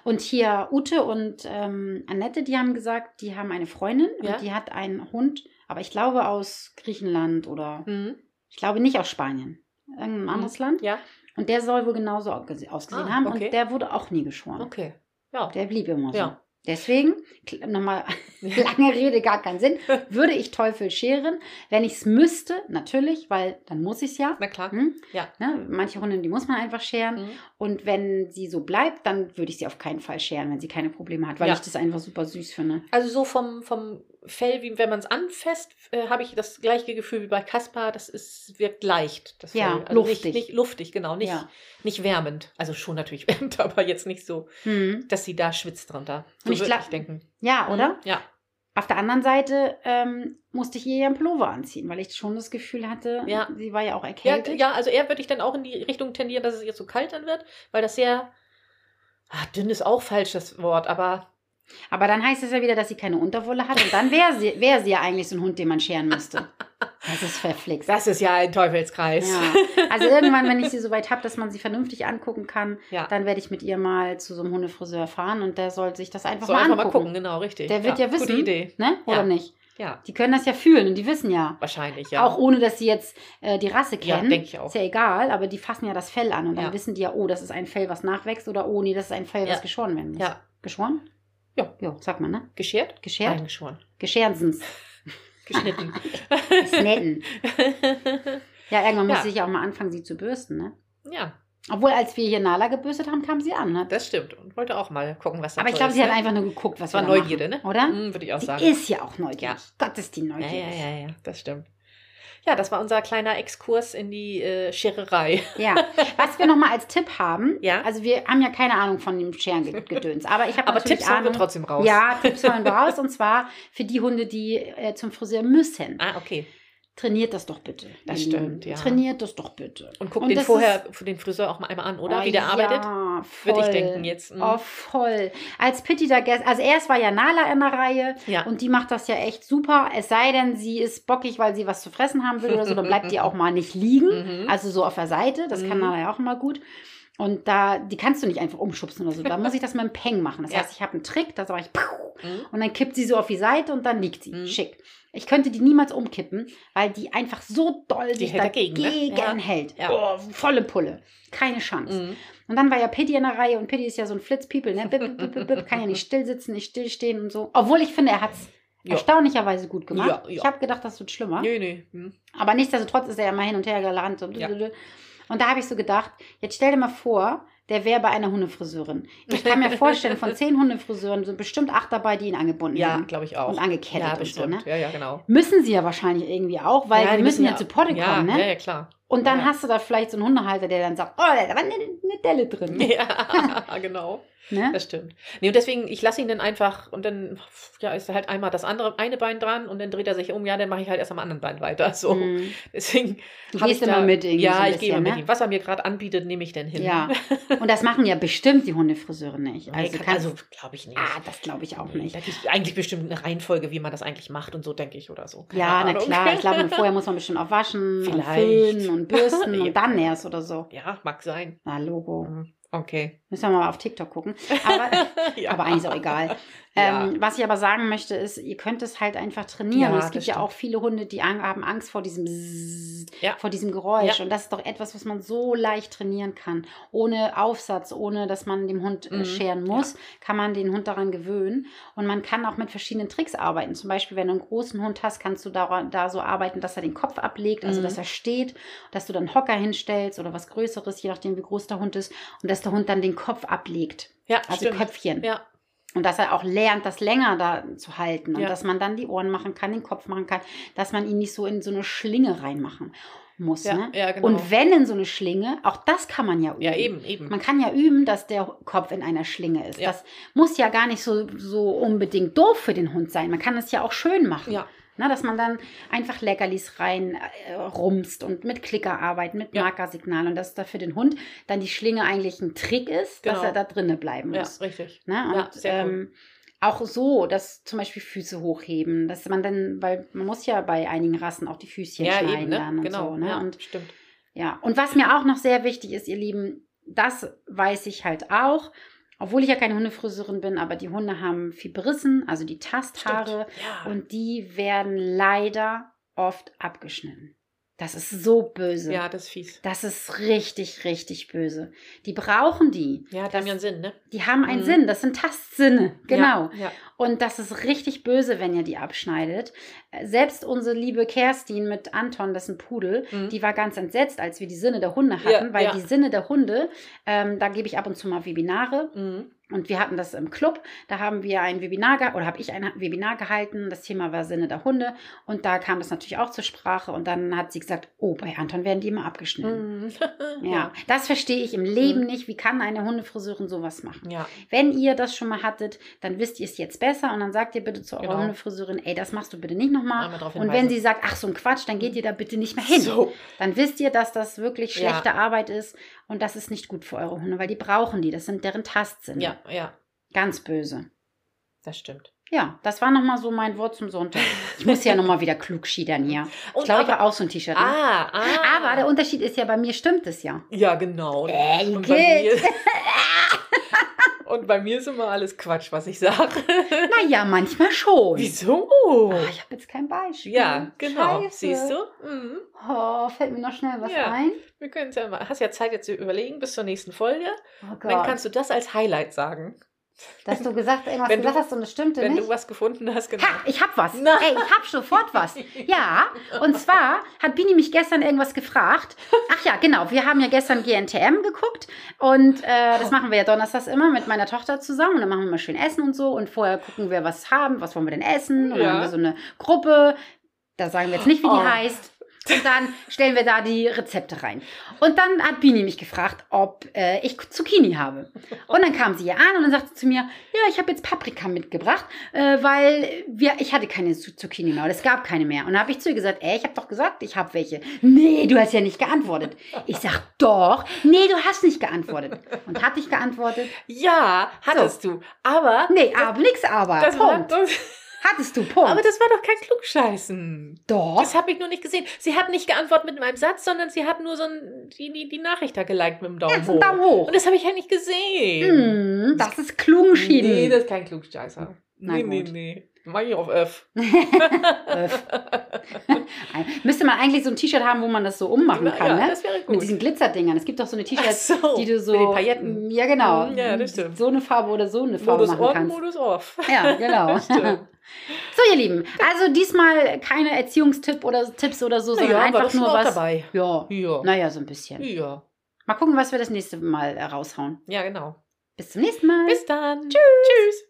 [SPEAKER 1] Und hier Ute und ähm, Annette, die haben gesagt, die haben eine Freundin
[SPEAKER 2] Ja.
[SPEAKER 1] und die hat einen Hund, aber ich glaube aus Griechenland oder
[SPEAKER 2] Mhm.
[SPEAKER 1] ich glaube nicht aus Spanien, irgendein anderes Land.
[SPEAKER 2] Ja,
[SPEAKER 1] Und der soll wohl genauso ausgese- ausgesehen
[SPEAKER 2] Ah,
[SPEAKER 1] haben
[SPEAKER 2] okay.
[SPEAKER 1] und der wurde auch nie geschoren.
[SPEAKER 2] okay. Ja, <laughs>
[SPEAKER 1] Der blieb immer so.
[SPEAKER 2] Ja.
[SPEAKER 1] Deswegen, kl- nochmal <laughs>
[SPEAKER 2] ja.
[SPEAKER 1] lange Rede, gar keinen
[SPEAKER 2] <laughs>
[SPEAKER 1] Sinn, würde ich Teufel scheren, wenn ich es müsste, natürlich, weil dann muss ich es ja.
[SPEAKER 2] na klar. Mhm.
[SPEAKER 1] Hm?
[SPEAKER 2] Ja.
[SPEAKER 1] Ne? Manche Hunde, die muss man einfach scheren. Und wenn sie so bleibt, dann würde ich sie auf keinen Fall scheren, wenn sie keine Probleme hat, weil
[SPEAKER 2] Ja.
[SPEAKER 1] ich das einfach super süß finde.
[SPEAKER 2] Also so vom, vom Fell, wie wenn man es anfasst, äh, habe ich das gleiche Gefühl wie bei Kaspar. Das ist, wirkt leicht. Das
[SPEAKER 1] Ja,
[SPEAKER 2] Fell. also
[SPEAKER 1] luftig.
[SPEAKER 2] Nicht, nicht luftig, genau. Nicht,
[SPEAKER 1] Ja.
[SPEAKER 2] nicht wärmend. Also schon natürlich wärmend, <laughs> aber jetzt nicht so,
[SPEAKER 1] Hm.
[SPEAKER 2] dass sie da schwitzt drunter. So
[SPEAKER 1] Und ich
[SPEAKER 2] würde
[SPEAKER 1] glaub-
[SPEAKER 2] ich denken.
[SPEAKER 1] Ja, oder?
[SPEAKER 2] Ja.
[SPEAKER 1] Auf der anderen Seite ähm, musste ich ihr ja einen Pullover anziehen, weil ich schon das Gefühl hatte,
[SPEAKER 2] Ja.
[SPEAKER 1] sie war ja auch
[SPEAKER 2] Ja,
[SPEAKER 1] erkältet.
[SPEAKER 2] ja, also eher würde ich dann auch in die Richtung tendieren, dass es jetzt so kalt dann wird, weil das sehr. Ah, dünn ist auch falsch das Wort, aber
[SPEAKER 1] Aber dann heißt es ja wieder, dass sie keine Unterwolle hat und dann wäre sie, wär sie ja eigentlich so ein Hund, den man scheren
[SPEAKER 2] <laughs>
[SPEAKER 1] müsste. Das ist verflixt.
[SPEAKER 2] das ist ja ein Teufelskreis.
[SPEAKER 1] Ja. Also irgendwann, wenn ich sie so weit habe, dass man sie vernünftig angucken kann,
[SPEAKER 2] Ja.
[SPEAKER 1] dann werde ich mit ihr mal zu so einem Hundefriseur fahren und der soll sich das einfach,
[SPEAKER 2] so
[SPEAKER 1] mal,
[SPEAKER 2] einfach mal
[SPEAKER 1] angucken.
[SPEAKER 2] gucken, genau, richtig.
[SPEAKER 1] Der wird ja, wissen,
[SPEAKER 2] Gute Idee.
[SPEAKER 1] ne? Oder
[SPEAKER 2] Ja.
[SPEAKER 1] nicht?
[SPEAKER 2] Ja,
[SPEAKER 1] Die können das ja fühlen und die wissen ja.
[SPEAKER 2] wahrscheinlich, ja.
[SPEAKER 1] Auch ohne, dass sie jetzt äh, die Rasse
[SPEAKER 2] Ja,
[SPEAKER 1] kennen.
[SPEAKER 2] denk ich auch.
[SPEAKER 1] Ist ja egal, aber die fassen ja das Fell an und dann
[SPEAKER 2] Ja.
[SPEAKER 1] wissen die ja, oh, das ist ein Fell, was nachwächst oder oh, nee, das ist ein Fell, was
[SPEAKER 2] Ja.
[SPEAKER 1] geschoren werden muss.
[SPEAKER 2] Ja.
[SPEAKER 1] Geschoren?
[SPEAKER 2] Ja.
[SPEAKER 1] Jo, sagt man, ne?
[SPEAKER 2] Geschert?
[SPEAKER 1] Geschert?
[SPEAKER 2] Eingeschoren.
[SPEAKER 1] Geschernsens.
[SPEAKER 2] <laughs>
[SPEAKER 1] <laughs>
[SPEAKER 2] Geschnitten. <laughs>
[SPEAKER 1] Snetten. Ja, irgendwann
[SPEAKER 2] Ja.
[SPEAKER 1] muss ich ja auch mal anfangen, sie zu bürsten, ne?
[SPEAKER 2] ja,
[SPEAKER 1] Obwohl, als wir hier Nala gebürstet haben, kam sie an, ne?
[SPEAKER 2] das stimmt. Und wollte auch mal gucken, was da
[SPEAKER 1] Aber ich
[SPEAKER 2] so
[SPEAKER 1] glaube,
[SPEAKER 2] ist,
[SPEAKER 1] sie hat
[SPEAKER 2] ne?
[SPEAKER 1] einfach nur geguckt, was
[SPEAKER 2] Das war
[SPEAKER 1] wir da
[SPEAKER 2] Neugierde,
[SPEAKER 1] machen,
[SPEAKER 2] ne?
[SPEAKER 1] Oder?
[SPEAKER 2] Hm, Würde ich auch
[SPEAKER 1] Sie
[SPEAKER 2] sagen.
[SPEAKER 1] ist ja auch neugierig.
[SPEAKER 2] Ja.
[SPEAKER 1] Gott ist die
[SPEAKER 2] ja, ja,
[SPEAKER 1] neugierig.
[SPEAKER 2] ja, ja, das stimmt. Ja, das war unser kleiner Exkurs in die äh, Schererei.
[SPEAKER 1] Ja, was wir nochmal als Tipp haben,
[SPEAKER 2] Ja.
[SPEAKER 1] also wir haben ja keine Ahnung von dem Scherengedöns, aber ich habe
[SPEAKER 2] Aber
[SPEAKER 1] natürlich
[SPEAKER 2] Tipps
[SPEAKER 1] Ahnung.
[SPEAKER 2] haben wir trotzdem raus.
[SPEAKER 1] Ja, Tipps holen wir raus und zwar für die Hunde, die äh, zum Friseur müssen.
[SPEAKER 2] Ah, okay.
[SPEAKER 1] Trainiert das doch bitte. ihr
[SPEAKER 2] Das
[SPEAKER 1] Lieben.
[SPEAKER 2] stimmt, ja.
[SPEAKER 1] Trainiert das doch bitte.
[SPEAKER 2] Und guck
[SPEAKER 1] Und
[SPEAKER 2] den
[SPEAKER 1] das Oh
[SPEAKER 2] vorher, für den Friseur auch mal einmal an, oder? Wie der arbeitet?
[SPEAKER 1] Ja,
[SPEAKER 2] Würde ich
[SPEAKER 1] voll.
[SPEAKER 2] denken jetzt. mm.
[SPEAKER 1] Oh, voll. Als Pitti da gestern, also erst war ja Nala in der Reihe
[SPEAKER 2] Ja.
[SPEAKER 1] und die macht das ja echt super. Es sei denn, sie ist bockig, weil sie was zu fressen haben will oder so, dann bleibt die auch mal nicht liegen.
[SPEAKER 2] <laughs> Mhm.
[SPEAKER 1] Also so auf der Seite, das kann
[SPEAKER 2] Mhm.
[SPEAKER 1] Nala ja auch immer gut. Und da, die kannst du nicht einfach umschubsen oder so. Da muss ich das mit dem Peng machen. Das
[SPEAKER 2] Ja.
[SPEAKER 1] heißt, ich habe einen Trick, da sage ich, Puh,
[SPEAKER 2] Mhm.
[SPEAKER 1] und dann kippt sie so auf die Seite und dann liegt sie.
[SPEAKER 2] Mhm.
[SPEAKER 1] Schick. Ich könnte die niemals umkippen, weil die einfach so doll sich
[SPEAKER 2] hält
[SPEAKER 1] dagegen,
[SPEAKER 2] dagegen, ne? Ja.
[SPEAKER 1] hält.
[SPEAKER 2] Ja.
[SPEAKER 1] Oh, volle Pulle. Keine Chance.
[SPEAKER 2] Mhm.
[SPEAKER 1] Und dann war ja Pitti in der Reihe und Pitti ist ja so ein Flitzpiepel, ne? Bip, bip, bip, bip, bip, kann ja nicht still sitzen, nicht stillstehen und so. Obwohl ich finde, er hat es
[SPEAKER 2] Ja.
[SPEAKER 1] erstaunlicherweise gut gemacht.
[SPEAKER 2] Ja, ja.
[SPEAKER 1] Ich habe gedacht, das wird schlimmer.
[SPEAKER 2] Nö, nö. Mhm.
[SPEAKER 1] Aber nichtsdestotrotz ist er ja mal hin und her gelandet. Und,
[SPEAKER 2] Ja.
[SPEAKER 1] und da habe ich so gedacht, jetzt stell dir mal vor, der wäre bei einer Hundefriseurin. Ich kann
[SPEAKER 2] <laughs>
[SPEAKER 1] mir vorstellen, von zehn Hundefriseuren sind bestimmt acht dabei, die ihn angebunden
[SPEAKER 2] Ja,
[SPEAKER 1] haben.
[SPEAKER 2] glaube ich auch.
[SPEAKER 1] Und angekettet
[SPEAKER 2] ja,
[SPEAKER 1] und so,
[SPEAKER 2] bestimmt.
[SPEAKER 1] ne?
[SPEAKER 2] Ja, ja, genau.
[SPEAKER 1] Müssen sie ja wahrscheinlich irgendwie auch, weil die müssen ja, zu Potte
[SPEAKER 2] ja,
[SPEAKER 1] kommen, ne?
[SPEAKER 2] Ja, ja, klar. <laughs>
[SPEAKER 1] Und dann
[SPEAKER 2] Ja.
[SPEAKER 1] hast du da vielleicht so einen Hundehalter, der dann sagt, oh, da war eine, eine Delle drin.
[SPEAKER 2] Ja, genau.
[SPEAKER 1] Ne?
[SPEAKER 2] Das stimmt. Nee, und deswegen, ich lasse ihn dann einfach und dann ja, ist halt einmal das andere, eine Bein dran und dann dreht er sich um. Ja, dann mache ich halt erst am anderen Bein weiter. <laughs> So.
[SPEAKER 1] Mhm.
[SPEAKER 2] Deswegen.
[SPEAKER 1] Du
[SPEAKER 2] hab
[SPEAKER 1] gehst
[SPEAKER 2] ich da-
[SPEAKER 1] immer mit irgendwie
[SPEAKER 2] Ja,
[SPEAKER 1] so ein
[SPEAKER 2] ich gehe immer
[SPEAKER 1] bisschen,
[SPEAKER 2] mit
[SPEAKER 1] ne?
[SPEAKER 2] ihm. Was er mir gerade anbietet, nehme ich dann hin. <laughs>
[SPEAKER 1] Ja. also Und das machen ja bestimmt die Hundefriseure nicht.
[SPEAKER 2] Also,
[SPEAKER 1] Also,
[SPEAKER 2] kann,
[SPEAKER 1] kannst,
[SPEAKER 2] also glaube ich nicht.
[SPEAKER 1] ah, das glaube ich auch nicht.
[SPEAKER 2] Da gibt es eigentlich bestimmt eine Reihenfolge, wie man das eigentlich macht und so, denke ich, oder so. Keine
[SPEAKER 1] Ja, na
[SPEAKER 2] Ahnung.
[SPEAKER 1] klar.
[SPEAKER 2] <laughs>
[SPEAKER 1] Ich glaube, vorher muss man bestimmt auch waschen, und
[SPEAKER 2] Vielleicht.
[SPEAKER 1] föhnen und
[SPEAKER 2] <laughs>
[SPEAKER 1] bürsten
[SPEAKER 2] Ja.
[SPEAKER 1] und dann erst oder so.
[SPEAKER 2] Ja, mag sein.
[SPEAKER 1] Na, Logo.
[SPEAKER 2] Mhm.
[SPEAKER 1] <laughs>
[SPEAKER 2] Okay.
[SPEAKER 1] Müssen wir mal auf TikTok gucken.
[SPEAKER 2] <laughs>
[SPEAKER 1] Aber,
[SPEAKER 2] Ja.
[SPEAKER 1] aber eigentlich ist auch egal.
[SPEAKER 2] Ja.
[SPEAKER 1] Ähm, was ich aber sagen möchte, ist, ihr könnt es halt einfach trainieren.
[SPEAKER 2] Ja,
[SPEAKER 1] es gibt
[SPEAKER 2] das
[SPEAKER 1] ja
[SPEAKER 2] stimmt.
[SPEAKER 1] auch viele Hunde, die an, haben Angst vor diesem Zzzz,
[SPEAKER 2] Ja.
[SPEAKER 1] vor diesem Geräusch.
[SPEAKER 2] Ja.
[SPEAKER 1] Und das ist doch etwas, was man so leicht trainieren kann. Ohne Aufsatz, ohne dass man dem Hund äh,
[SPEAKER 2] Mhm.
[SPEAKER 1] scheren muss, kann man den Hund daran gewöhnen. Und man kann auch mit verschiedenen Tricks arbeiten. Zum Beispiel, wenn du einen großen Hund hast, kannst du da, da so arbeiten, dass er den Kopf ablegt, also
[SPEAKER 2] Mhm.
[SPEAKER 1] dass er steht, dass du dann Hocker hinstellst oder was Größeres, je nachdem, wie groß der Hund ist. Und dass der Hund dann den Kopf ablegt.
[SPEAKER 2] <laughs> Ja,
[SPEAKER 1] Also
[SPEAKER 2] stimmt.
[SPEAKER 1] Köpfchen.
[SPEAKER 2] Ja,
[SPEAKER 1] Und dass er auch lernt, das länger da zu halten. Und
[SPEAKER 2] Ja.
[SPEAKER 1] dass man dann die Ohren machen kann, den Kopf machen kann, dass man ihn nicht so in so eine Schlinge reinmachen muss.
[SPEAKER 2] ja,
[SPEAKER 1] ne?
[SPEAKER 2] ja, genau.
[SPEAKER 1] Und wenn in so eine Schlinge, auch das kann man ja üben.
[SPEAKER 2] ja, eben, eben.
[SPEAKER 1] Man kann ja üben, dass der Kopf in einer Schlinge ist.
[SPEAKER 2] Ja.
[SPEAKER 1] Das muss ja gar nicht so, so unbedingt doof für den Hund sein. Man kann es ja auch schön machen.
[SPEAKER 2] ja,
[SPEAKER 1] Na, dass man dann einfach Leckerlis rein äh, rumst und mit Klicker arbeiten, mit
[SPEAKER 2] Ja.
[SPEAKER 1] Markersignal und dass da für den Hund dann die Schlinge eigentlich ein Trick ist, dass
[SPEAKER 2] Genau.
[SPEAKER 1] er da drinnen bleiben
[SPEAKER 2] ja,
[SPEAKER 1] muss.
[SPEAKER 2] richtig.
[SPEAKER 1] Ne? Und
[SPEAKER 2] Ja, sehr cool.
[SPEAKER 1] ähm, auch so, dass zum Beispiel Füße hochheben, dass man dann, weil man muss ja bei einigen Rassen auch die Füßchen
[SPEAKER 2] Ja,
[SPEAKER 1] schneiden
[SPEAKER 2] eben,
[SPEAKER 1] dann
[SPEAKER 2] ne?
[SPEAKER 1] und
[SPEAKER 2] Genau,
[SPEAKER 1] so. Ne?
[SPEAKER 2] ja,
[SPEAKER 1] Und,
[SPEAKER 2] stimmt.
[SPEAKER 1] ja. und was mir auch noch sehr wichtig ist, ihr Lieben, das weiß ich halt auch. Obwohl ich ja keine Hundefriseurin bin, aber die Hunde haben Fibrissen, also die Tasthaare,
[SPEAKER 2] Stimmt. Ja.
[SPEAKER 1] und die werden leider oft abgeschnitten. Das ist so böse.
[SPEAKER 2] ja, das ist fies.
[SPEAKER 1] Das ist richtig, richtig böse. Die brauchen die.
[SPEAKER 2] Ja, hat
[SPEAKER 1] das,
[SPEAKER 2] haben ja einen Sinn, ne?
[SPEAKER 1] die haben einen
[SPEAKER 2] Mhm.
[SPEAKER 1] Sinn, das sind Tastsinne, genau.
[SPEAKER 2] Ja, ja.
[SPEAKER 1] Und das ist richtig böse, wenn ihr die abschneidet. Äh, Selbst unsere liebe Kerstin mit Anton, das ist ein Pudel,
[SPEAKER 2] Mhm.
[SPEAKER 1] die war ganz entsetzt, als wir die Sinne der Hunde hatten,
[SPEAKER 2] Ja,
[SPEAKER 1] weil
[SPEAKER 2] ja.
[SPEAKER 1] die Sinne der Hunde, ähm, da gebe ich ab und zu mal Webinare.
[SPEAKER 2] Mhm.
[SPEAKER 1] Und wir hatten das im Club, da haben wir ein Webinar ge- oder habe ich ein Webinar gehalten, das Thema war Sinne der Hunde und da kam das natürlich auch zur Sprache und dann hat sie gesagt, oh, bei Anton werden die immer abgeschnitten.
[SPEAKER 2] Mhm. <laughs>
[SPEAKER 1] Ja. das verstehe ich im Leben nicht. Wie kann eine Hundefriseurin sowas machen?
[SPEAKER 2] Ja,
[SPEAKER 1] Wenn ihr das schon mal hattet, dann wisst ihr es jetzt besser und dann sagt ihr bitte zu eurer
[SPEAKER 2] Genau.
[SPEAKER 1] Hundefriseurin, ey, das machst du bitte nicht nochmal.
[SPEAKER 2] einmal drauf
[SPEAKER 1] Und wenn
[SPEAKER 2] hinweisen.
[SPEAKER 1] sie sagt, ach so ein Quatsch, dann geht ihr da bitte nicht mehr hin.
[SPEAKER 2] So.
[SPEAKER 1] Dann wisst ihr, dass das wirklich
[SPEAKER 2] Ja.
[SPEAKER 1] schlechte Arbeit ist und das ist nicht gut für eure Hunde, weil die brauchen die. Das sind deren Tastsinn.
[SPEAKER 2] Ja, ja,
[SPEAKER 1] Ganz böse.
[SPEAKER 2] das stimmt.
[SPEAKER 1] Ja, das war nochmal so mein Wort zum Sonntag. Ich muss ja nochmal wieder klug schiedern
[SPEAKER 2] <laughs>
[SPEAKER 1] hier. Ich
[SPEAKER 2] Und
[SPEAKER 1] glaube, ich
[SPEAKER 2] aber-
[SPEAKER 1] war auch so ein T-Shirt. Ne?
[SPEAKER 2] ah, ah.
[SPEAKER 1] Aber der Unterschied ist ja, bei mir stimmt es ja.
[SPEAKER 2] Ja, genau.
[SPEAKER 1] Ey,
[SPEAKER 2] und, bei mir,
[SPEAKER 1] Glück.
[SPEAKER 2] <laughs> und bei mir ist immer alles Quatsch, was ich sage.
[SPEAKER 1] Naja, manchmal schon.
[SPEAKER 2] Wieso?
[SPEAKER 1] Ah, ich habe jetzt kein Beispiel.
[SPEAKER 2] Ja, genau.
[SPEAKER 1] Scheiße.
[SPEAKER 2] Siehst du? Mhm.
[SPEAKER 1] Oh, fällt mir noch schnell was
[SPEAKER 2] Ja.
[SPEAKER 1] ein.
[SPEAKER 2] Wir können ja mal. Hast ja Zeit jetzt zu überlegen bis zur nächsten Folge.
[SPEAKER 1] Oh
[SPEAKER 2] Dann
[SPEAKER 1] Gott,
[SPEAKER 2] kannst du das als Highlight sagen,
[SPEAKER 1] dass du gesagt, irgendwas
[SPEAKER 2] Wenn du-
[SPEAKER 1] gesagt hast und das stimmte
[SPEAKER 2] wenn
[SPEAKER 1] nicht.
[SPEAKER 2] du was gefunden hast. Genau.
[SPEAKER 1] ha, ich hab was.
[SPEAKER 2] Nein.
[SPEAKER 1] Ey, ich hab sofort
[SPEAKER 2] <laughs>
[SPEAKER 1] was. Ja, und zwar hat Bini mich gestern irgendwas gefragt. Ach ja, genau. Wir haben ja gestern GNTM geguckt und äh, das machen wir ja donnerstags immer mit meiner Tochter zusammen und dann machen wir mal schön Essen und so und vorher gucken wir, was haben, was wollen wir denn essen und dann
[SPEAKER 2] Ja.
[SPEAKER 1] haben wir so eine Gruppe. Da sagen wir jetzt nicht, wie die
[SPEAKER 2] Oh.
[SPEAKER 1] heißt. Und dann stellen wir da die Rezepte rein. Und dann hat Bini mich gefragt, ob äh, ich Zucchini habe. Und dann kam sie hier an und dann sagte sie zu mir, ja, ich habe jetzt Paprika mitgebracht, äh, weil wir, ich hatte keine Zu- Zucchini mehr oder es gab keine mehr. Und dann habe ich zu ihr gesagt, ey, ich habe doch gesagt, ich habe welche. Nee, du hast ja nicht geantwortet. Ich sag, doch. Nee, du hast nicht geantwortet. Und hatte ich geantwortet?
[SPEAKER 2] Ja, hattest du. Aber.
[SPEAKER 1] Nee, aber nix aber.
[SPEAKER 2] Das war,
[SPEAKER 1] Punkt.
[SPEAKER 2] das,
[SPEAKER 1] Hattest du, Punkt.
[SPEAKER 2] aber das war doch kein Klugscheißen.
[SPEAKER 1] doch.
[SPEAKER 2] Das habe ich nur nicht gesehen. Sie hat nicht geantwortet mit einem Satz, sondern sie hat nur so ein, die, die, die Nachricht da geliked mit dem Daumen
[SPEAKER 1] Jetzt
[SPEAKER 2] hoch.
[SPEAKER 1] einen Daumen hoch.
[SPEAKER 2] Und das habe ich ja nicht gesehen.
[SPEAKER 1] Mm, das ist klugenschieden.
[SPEAKER 2] Nee, das ist kein Klugscheißer.
[SPEAKER 1] Na
[SPEAKER 2] Nee, nee,
[SPEAKER 1] gut.
[SPEAKER 2] nee. Mach ich auf F.
[SPEAKER 1] Öff. Äh, <laughs> Müsste man eigentlich so ein T-Shirt haben, wo man das so ummachen
[SPEAKER 2] Na,
[SPEAKER 1] kann,
[SPEAKER 2] ja,
[SPEAKER 1] ne?
[SPEAKER 2] das wäre gut.
[SPEAKER 1] Mit diesen Glitzerdingern. Es gibt doch so eine
[SPEAKER 2] Ach
[SPEAKER 1] T-Shirts,
[SPEAKER 2] so,
[SPEAKER 1] die du so.
[SPEAKER 2] Mit den Pailletten.
[SPEAKER 1] Ja, genau.
[SPEAKER 2] Mm, ja, das stimmt.
[SPEAKER 1] So eine Farbe oder so eine Farbe
[SPEAKER 2] Modus
[SPEAKER 1] machen
[SPEAKER 2] on,
[SPEAKER 1] kannst.
[SPEAKER 2] Modus off. <laughs>
[SPEAKER 1] Ja, genau.
[SPEAKER 2] Das stimmt.
[SPEAKER 1] So, ihr Lieben. Also diesmal keine Erziehungstipp oder Tipps oder so, sondern
[SPEAKER 2] Naja, war
[SPEAKER 1] einfach
[SPEAKER 2] doch schon
[SPEAKER 1] nur
[SPEAKER 2] auch
[SPEAKER 1] was.
[SPEAKER 2] dabei.
[SPEAKER 1] Ja.
[SPEAKER 2] Ja.
[SPEAKER 1] Naja, so ein bisschen.
[SPEAKER 2] Ja.
[SPEAKER 1] Mal gucken, was wir das nächste Mal äh, raushauen.
[SPEAKER 2] Ja, genau.
[SPEAKER 1] Bis zum nächsten Mal.
[SPEAKER 2] Bis dann. Tschüss. Tschüss.